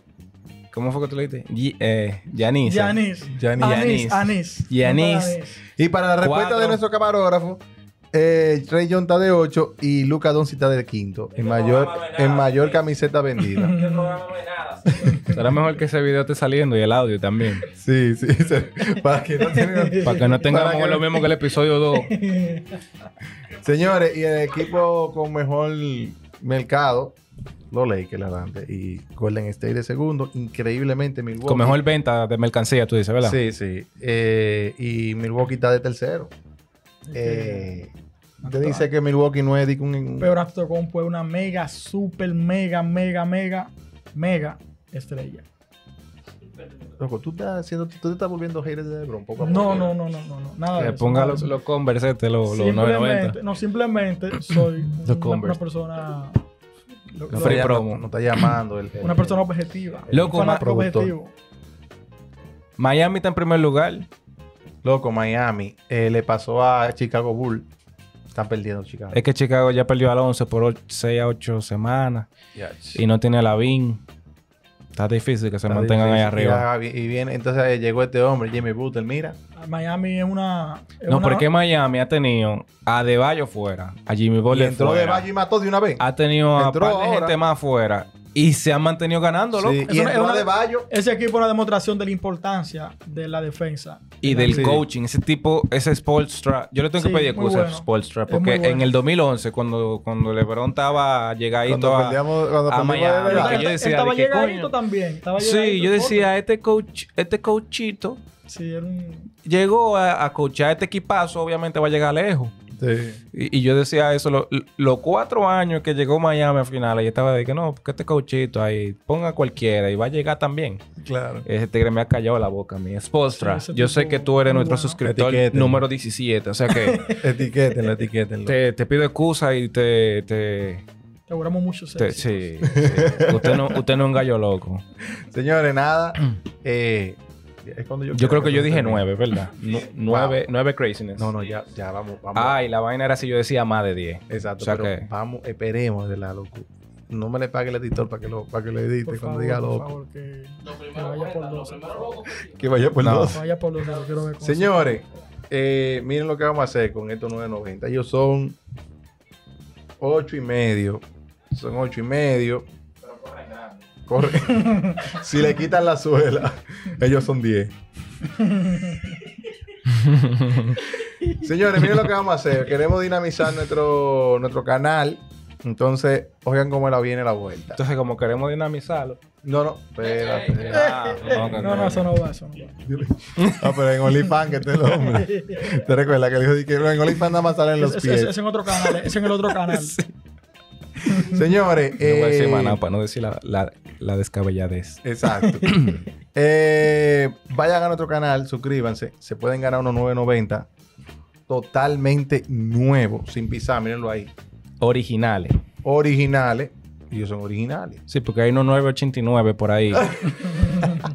Speaker 3: ¿Cómo fue que tú le dijiste? Gi- eh, Giannis.
Speaker 4: Yanis.
Speaker 2: Giannis.
Speaker 4: Anís.
Speaker 3: Yanis.
Speaker 4: Anís.
Speaker 3: Yanis.
Speaker 2: Y para la respuesta
Speaker 3: Cuatro.
Speaker 2: de nuestro camarógrafo, eh, Ray John está de 8 y Luca Doncic está de quinto.
Speaker 5: Este
Speaker 2: En mayor,
Speaker 5: programa no es nada,
Speaker 2: en mayor
Speaker 5: ¿sí?
Speaker 2: camiseta vendida.
Speaker 5: Este programa no es nada. señor.
Speaker 3: Será mejor que ese video esté saliendo y el audio también.
Speaker 2: sí, sí. se- Para que no tengan-
Speaker 3: Para que no tengamos
Speaker 2: Para que-
Speaker 3: lo mismo que el episodio 2.
Speaker 2: Señores, y el equipo con mejor mercado, los Lakers adelante. Y Golden State de segundo, increíblemente Milwaukee.
Speaker 3: Con mejor venta de mercancía, tú dices, ¿verdad?
Speaker 2: Sí, sí. Eh, y Milwaukee está de tercero. Eh, te dice que Milwaukee no es de un- un-
Speaker 4: Pero Antetokounmpo es una mega, super, mega, mega, mega, mega estrella.
Speaker 2: Loco, tú estás haciendo, tú te estás volviendo hater de LeBron poco a poco.
Speaker 4: No, no, no, no, no, no, nada de
Speaker 3: Que
Speaker 4: eso,
Speaker 3: ponga
Speaker 4: nada de
Speaker 3: los,
Speaker 4: eso.
Speaker 3: los Converse, este, los, los 990.
Speaker 4: Simplemente, no, simplemente soy
Speaker 3: Los
Speaker 4: una, una
Speaker 3: Converse.
Speaker 4: persona... lo-
Speaker 2: No
Speaker 4: lo-
Speaker 2: está
Speaker 3: Free
Speaker 2: llama-
Speaker 3: promo.
Speaker 2: No está llamando. el- el-
Speaker 4: una persona objetiva.
Speaker 3: Loco,
Speaker 4: un
Speaker 3: ma-
Speaker 4: fanático
Speaker 2: productor.
Speaker 4: objetivo.
Speaker 3: Miami está en primer lugar.
Speaker 2: Loco, Miami. eh, le pasó a Chicago Bull. Están perdiendo Chicago.
Speaker 3: Es que Chicago ya perdió al 11 por 6 a 8 semanas.
Speaker 2: Yach.
Speaker 3: Y no tiene a Lavín. Está difícil que se
Speaker 2: Está
Speaker 3: mantengan ahí
Speaker 2: difícil.
Speaker 3: arriba.
Speaker 2: Y, y viene, entonces eh, llegó este hombre, Jimmy Butler, mira.
Speaker 4: Miami es una. es
Speaker 3: No,
Speaker 4: una-
Speaker 3: porque Miami ha tenido a De Bayo fuera, a Jimmy
Speaker 2: Y
Speaker 3: Butler
Speaker 2: entró
Speaker 3: fuera. Ah,
Speaker 2: de Bayo y mató de una vez.
Speaker 3: Ha tenido a
Speaker 2: Entró
Speaker 3: par de
Speaker 2: ahora.
Speaker 3: gente más fuera. Y se han mantenido ganando, loco.
Speaker 2: Sí,
Speaker 4: Eso
Speaker 2: y
Speaker 4: no- es
Speaker 2: entró
Speaker 4: una-
Speaker 2: de Bayo.
Speaker 4: Ese equipo es una demostración de la importancia de la defensa.
Speaker 3: Y del
Speaker 2: Sí.
Speaker 3: coaching, ese tipo, ese Spolstra. Yo le tengo
Speaker 4: Sí,
Speaker 3: que pedir
Speaker 4: muy
Speaker 3: excusas
Speaker 4: bueno.
Speaker 3: a Spolstra,
Speaker 4: Es
Speaker 3: porque
Speaker 4: muy bueno.
Speaker 3: en el 2011, cuando, cuando LeBron estaba llegadito
Speaker 2: Cuando
Speaker 3: a.
Speaker 2: perdíamos, cuando
Speaker 3: a
Speaker 2: perdimos de
Speaker 3: Miami.
Speaker 2: verdad.
Speaker 3: yo
Speaker 4: Él- él
Speaker 3: decía,
Speaker 4: estaba
Speaker 3: ¿de qué
Speaker 4: llegadito
Speaker 3: coño?
Speaker 4: también. estaba
Speaker 3: Sí,
Speaker 4: llegadito,
Speaker 3: yo
Speaker 4: ¿no?
Speaker 3: decía, este coach, este coachito
Speaker 4: Sí, era un.
Speaker 3: llegó a, a coachar este equipazo, obviamente va a llegar lejos.
Speaker 2: Sí.
Speaker 3: Y, y yo decía eso, lo- lo- los cuatro años que llegó Miami a finales, yo estaba de que no, porque este coachito ahí, ponga cualquiera y va a llegar también.
Speaker 2: Claro.
Speaker 3: Ese tigre me ha callado la boca a mí. Spostra,
Speaker 4: Sí, ese
Speaker 3: yo sé
Speaker 4: tipo
Speaker 3: que tú eres
Speaker 4: muy
Speaker 3: nuestro
Speaker 4: bueno.
Speaker 3: suscriptor
Speaker 2: Etiquétenlo.
Speaker 3: número 17, o sea que
Speaker 2: Etiquétenlo, etiquétenlo.
Speaker 3: te, te pido excusa y te... te,
Speaker 4: Te auguramos mucho
Speaker 3: te-
Speaker 4: sexo.
Speaker 3: sí, sí. Usted, no, usted no es un gallo loco.
Speaker 2: Señores, nada. eh, es cuando yo,
Speaker 3: Yo creo que yo
Speaker 2: tú
Speaker 3: dije
Speaker 2: termines.
Speaker 3: nueve, ¿verdad? Nu- nueve, nueve craziness.
Speaker 2: No, no, ya, ya vamos. vamos.
Speaker 3: Ah, y la vaina era si yo decía más de 10.
Speaker 2: Exacto,
Speaker 3: O sea
Speaker 2: pero
Speaker 3: que-
Speaker 2: vamos, esperemos de la locura. No me le pague el editor para que lo, para que lo edite
Speaker 4: Por
Speaker 2: cuando
Speaker 4: favor,
Speaker 2: diga
Speaker 4: por
Speaker 2: loco.
Speaker 4: favor, que
Speaker 5: Lo
Speaker 4: que vaya
Speaker 5: primero
Speaker 4: por
Speaker 5: cuenta, lo
Speaker 4: dos.
Speaker 5: primero loco.
Speaker 2: Que vaya por
Speaker 3: No.
Speaker 2: dos.
Speaker 4: Que vaya por dos, yo quiero ver cómo se-
Speaker 2: Señores, eh, miren lo que vamos a hacer con estos 9.90. Ellos son 8 y medio. Son 8 y medio.
Speaker 5: Pero corre grande.
Speaker 2: Corre. si le quitan la suela, ellos son 10. Señores, miren lo que vamos a hacer. Queremos dinamizar nuestro, nuestro canal. Entonces, oigan cómo la viene la vuelta.
Speaker 3: Entonces, como queremos dinamizarlo.
Speaker 2: No, no, espérate.
Speaker 3: Ah,
Speaker 4: No, no, eso no va, eso no va.
Speaker 2: Ah, pero en OnlyFans que este es el hombre. ¿Te recuerdas que le dijo di que no, en OnlyFans nada más salen los
Speaker 4: Es, es- es-
Speaker 2: pies?
Speaker 4: es en otro canal, es en el otro canal.
Speaker 2: Señores,
Speaker 3: No voy a decir
Speaker 2: eh,
Speaker 3: más nada para no decir la, la, la descabelladez.
Speaker 2: Exacto. Eh, vayan a nuestro canal, suscríbanse. Se pueden ganar unos 9.90 totalmente nuevos, sin pisar, mírenlo ahí.
Speaker 3: Originales.
Speaker 2: Originales. Ellos son originales.
Speaker 3: Sí, porque hay unos 989 por ahí.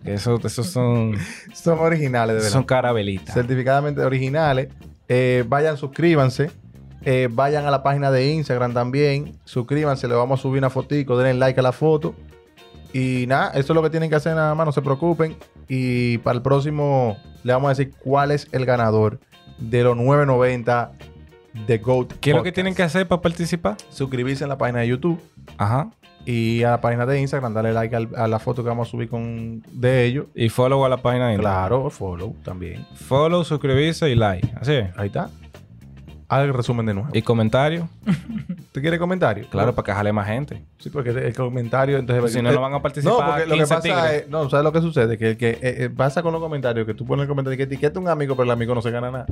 Speaker 3: que eso- esos son,
Speaker 2: Son originales, de verdad.
Speaker 3: son carabelitas.
Speaker 2: certificadamente originales. Eh, vayan, suscríbanse. Eh, vayan a la página de Instagram también. Suscríbanse, le vamos a subir una fotico, denle like a la foto. Y nada, eso es lo que tienen que hacer nada más, no se preocupen. Y para el próximo le vamos a decir cuál es el ganador de los 9.90 de GOAT.
Speaker 3: ¿Qué es lo que
Speaker 2: Podcast.
Speaker 3: tienen que hacer para participar?
Speaker 2: Suscribirse en la página de YouTube
Speaker 3: Ajá.
Speaker 2: y a la página de Instagram, darle like al- a la foto que vamos a subir con, de ellos.
Speaker 3: Y follow a la página de Instagram.
Speaker 2: Claro, follow también.
Speaker 3: Follow, suscribirse y like. Así es.
Speaker 2: Ahí está. Haz el resumen de nuevo.
Speaker 3: ¿Y comentario?
Speaker 2: ¿Tú quieres comentario?
Speaker 3: Eh, Claro, para que jale más gente.
Speaker 2: Sí, porque el comentario, entonces...
Speaker 3: Pues
Speaker 2: eh,
Speaker 3: Si no, no van a participar
Speaker 2: No, porque lo que
Speaker 3: 15
Speaker 2: pasa
Speaker 3: tigres.
Speaker 2: es... No, ¿sabes lo que sucede? Que el que eh, eh, pasa con los comentarios, que tú pones el comentario que etiqueta a un amigo, pero el amigo no se gana nada.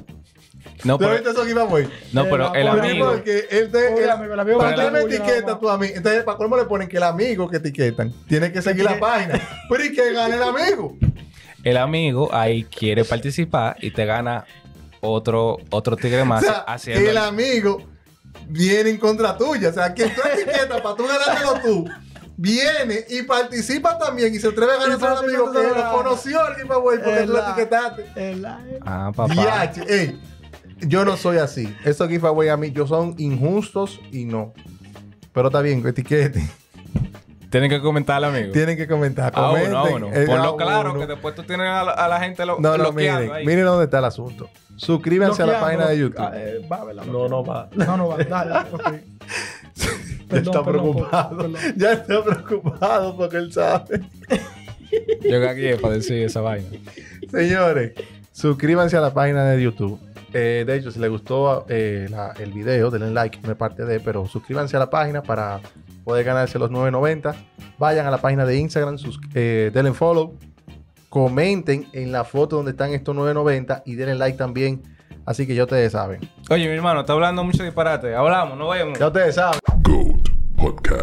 Speaker 3: No,
Speaker 2: ¿Tú
Speaker 3: pero,
Speaker 2: viste eso que iba muy?
Speaker 3: no, pero el
Speaker 4: Por
Speaker 2: Por ejemplo,
Speaker 3: amigo.
Speaker 2: el que él te...
Speaker 4: Pobre
Speaker 2: el-
Speaker 4: amigo, el amigo
Speaker 2: cuando
Speaker 4: va a
Speaker 2: tú me
Speaker 4: tener que
Speaker 2: etiquetas
Speaker 4: llamar.
Speaker 2: tú a mí, entonces para cómo le ponen que el amigo que etiquetan tiene que seguir la página. Pero ¿y que gane el amigo?
Speaker 3: el amigo ahí quiere participar y te gana otro, otro tigre
Speaker 2: O
Speaker 3: más
Speaker 2: sea,
Speaker 3: haciendo
Speaker 2: el amigo viene en contra tuya. O sea, que tú etiquetas para tú ganártelo tú. Viene y participa también y se atreve a ganar
Speaker 4: Y
Speaker 2: a un
Speaker 4: participa
Speaker 2: amigo que
Speaker 4: también.
Speaker 2: lo conoció alguien para güey porque tú lo
Speaker 4: Ela.
Speaker 2: etiquetaste.
Speaker 4: El live.
Speaker 3: Ah, papá.
Speaker 2: Diache, ey, yo no soy así. Estos giveaway a mí, yo son injustos y no. Pero está bien, etiqueten.
Speaker 3: Tienen que comentar al amigo.
Speaker 2: Tienen que comentar.
Speaker 3: Ah,
Speaker 2: Comenten.
Speaker 3: uno, a uno.
Speaker 2: Eh, ah,
Speaker 3: Ponlo claro,
Speaker 2: uno.
Speaker 3: que después tú tienes a, la- a la gente lo,
Speaker 2: No, no,
Speaker 3: bloqueando
Speaker 2: miren.
Speaker 3: ahí.
Speaker 2: Miren dónde está el asunto. Suscríbanse a la
Speaker 4: Bloqueando.
Speaker 2: página de YouTube.
Speaker 4: Ah, eh, va, ¿verdad?
Speaker 2: No, no va.
Speaker 4: No, no va. Dale, dale, ok.
Speaker 2: Ya
Speaker 4: Perdón,
Speaker 2: está
Speaker 4: perdón,
Speaker 2: preocupado.
Speaker 4: perdón.
Speaker 2: Ya está preocupado porque él sabe.
Speaker 3: Yo que aquí es para decir esa vaina.
Speaker 2: Señores, suscríbanse a la página de YouTube. Eh, de hecho, si les gustó eh, la- el video, denle like, me parte de, pero suscríbanse a la página para poder ganarse los 9.90. Vayan a la página de Instagram, sus- eh, denle follow, comenten en la foto donde están estos 9.90 y denle like también. Así que ya ustedes saben.
Speaker 3: Oye, mi hermano, está hablando mucho disparate. Hablamos, nos vemos.
Speaker 2: Ya ustedes saben.
Speaker 1: Goat Podcast.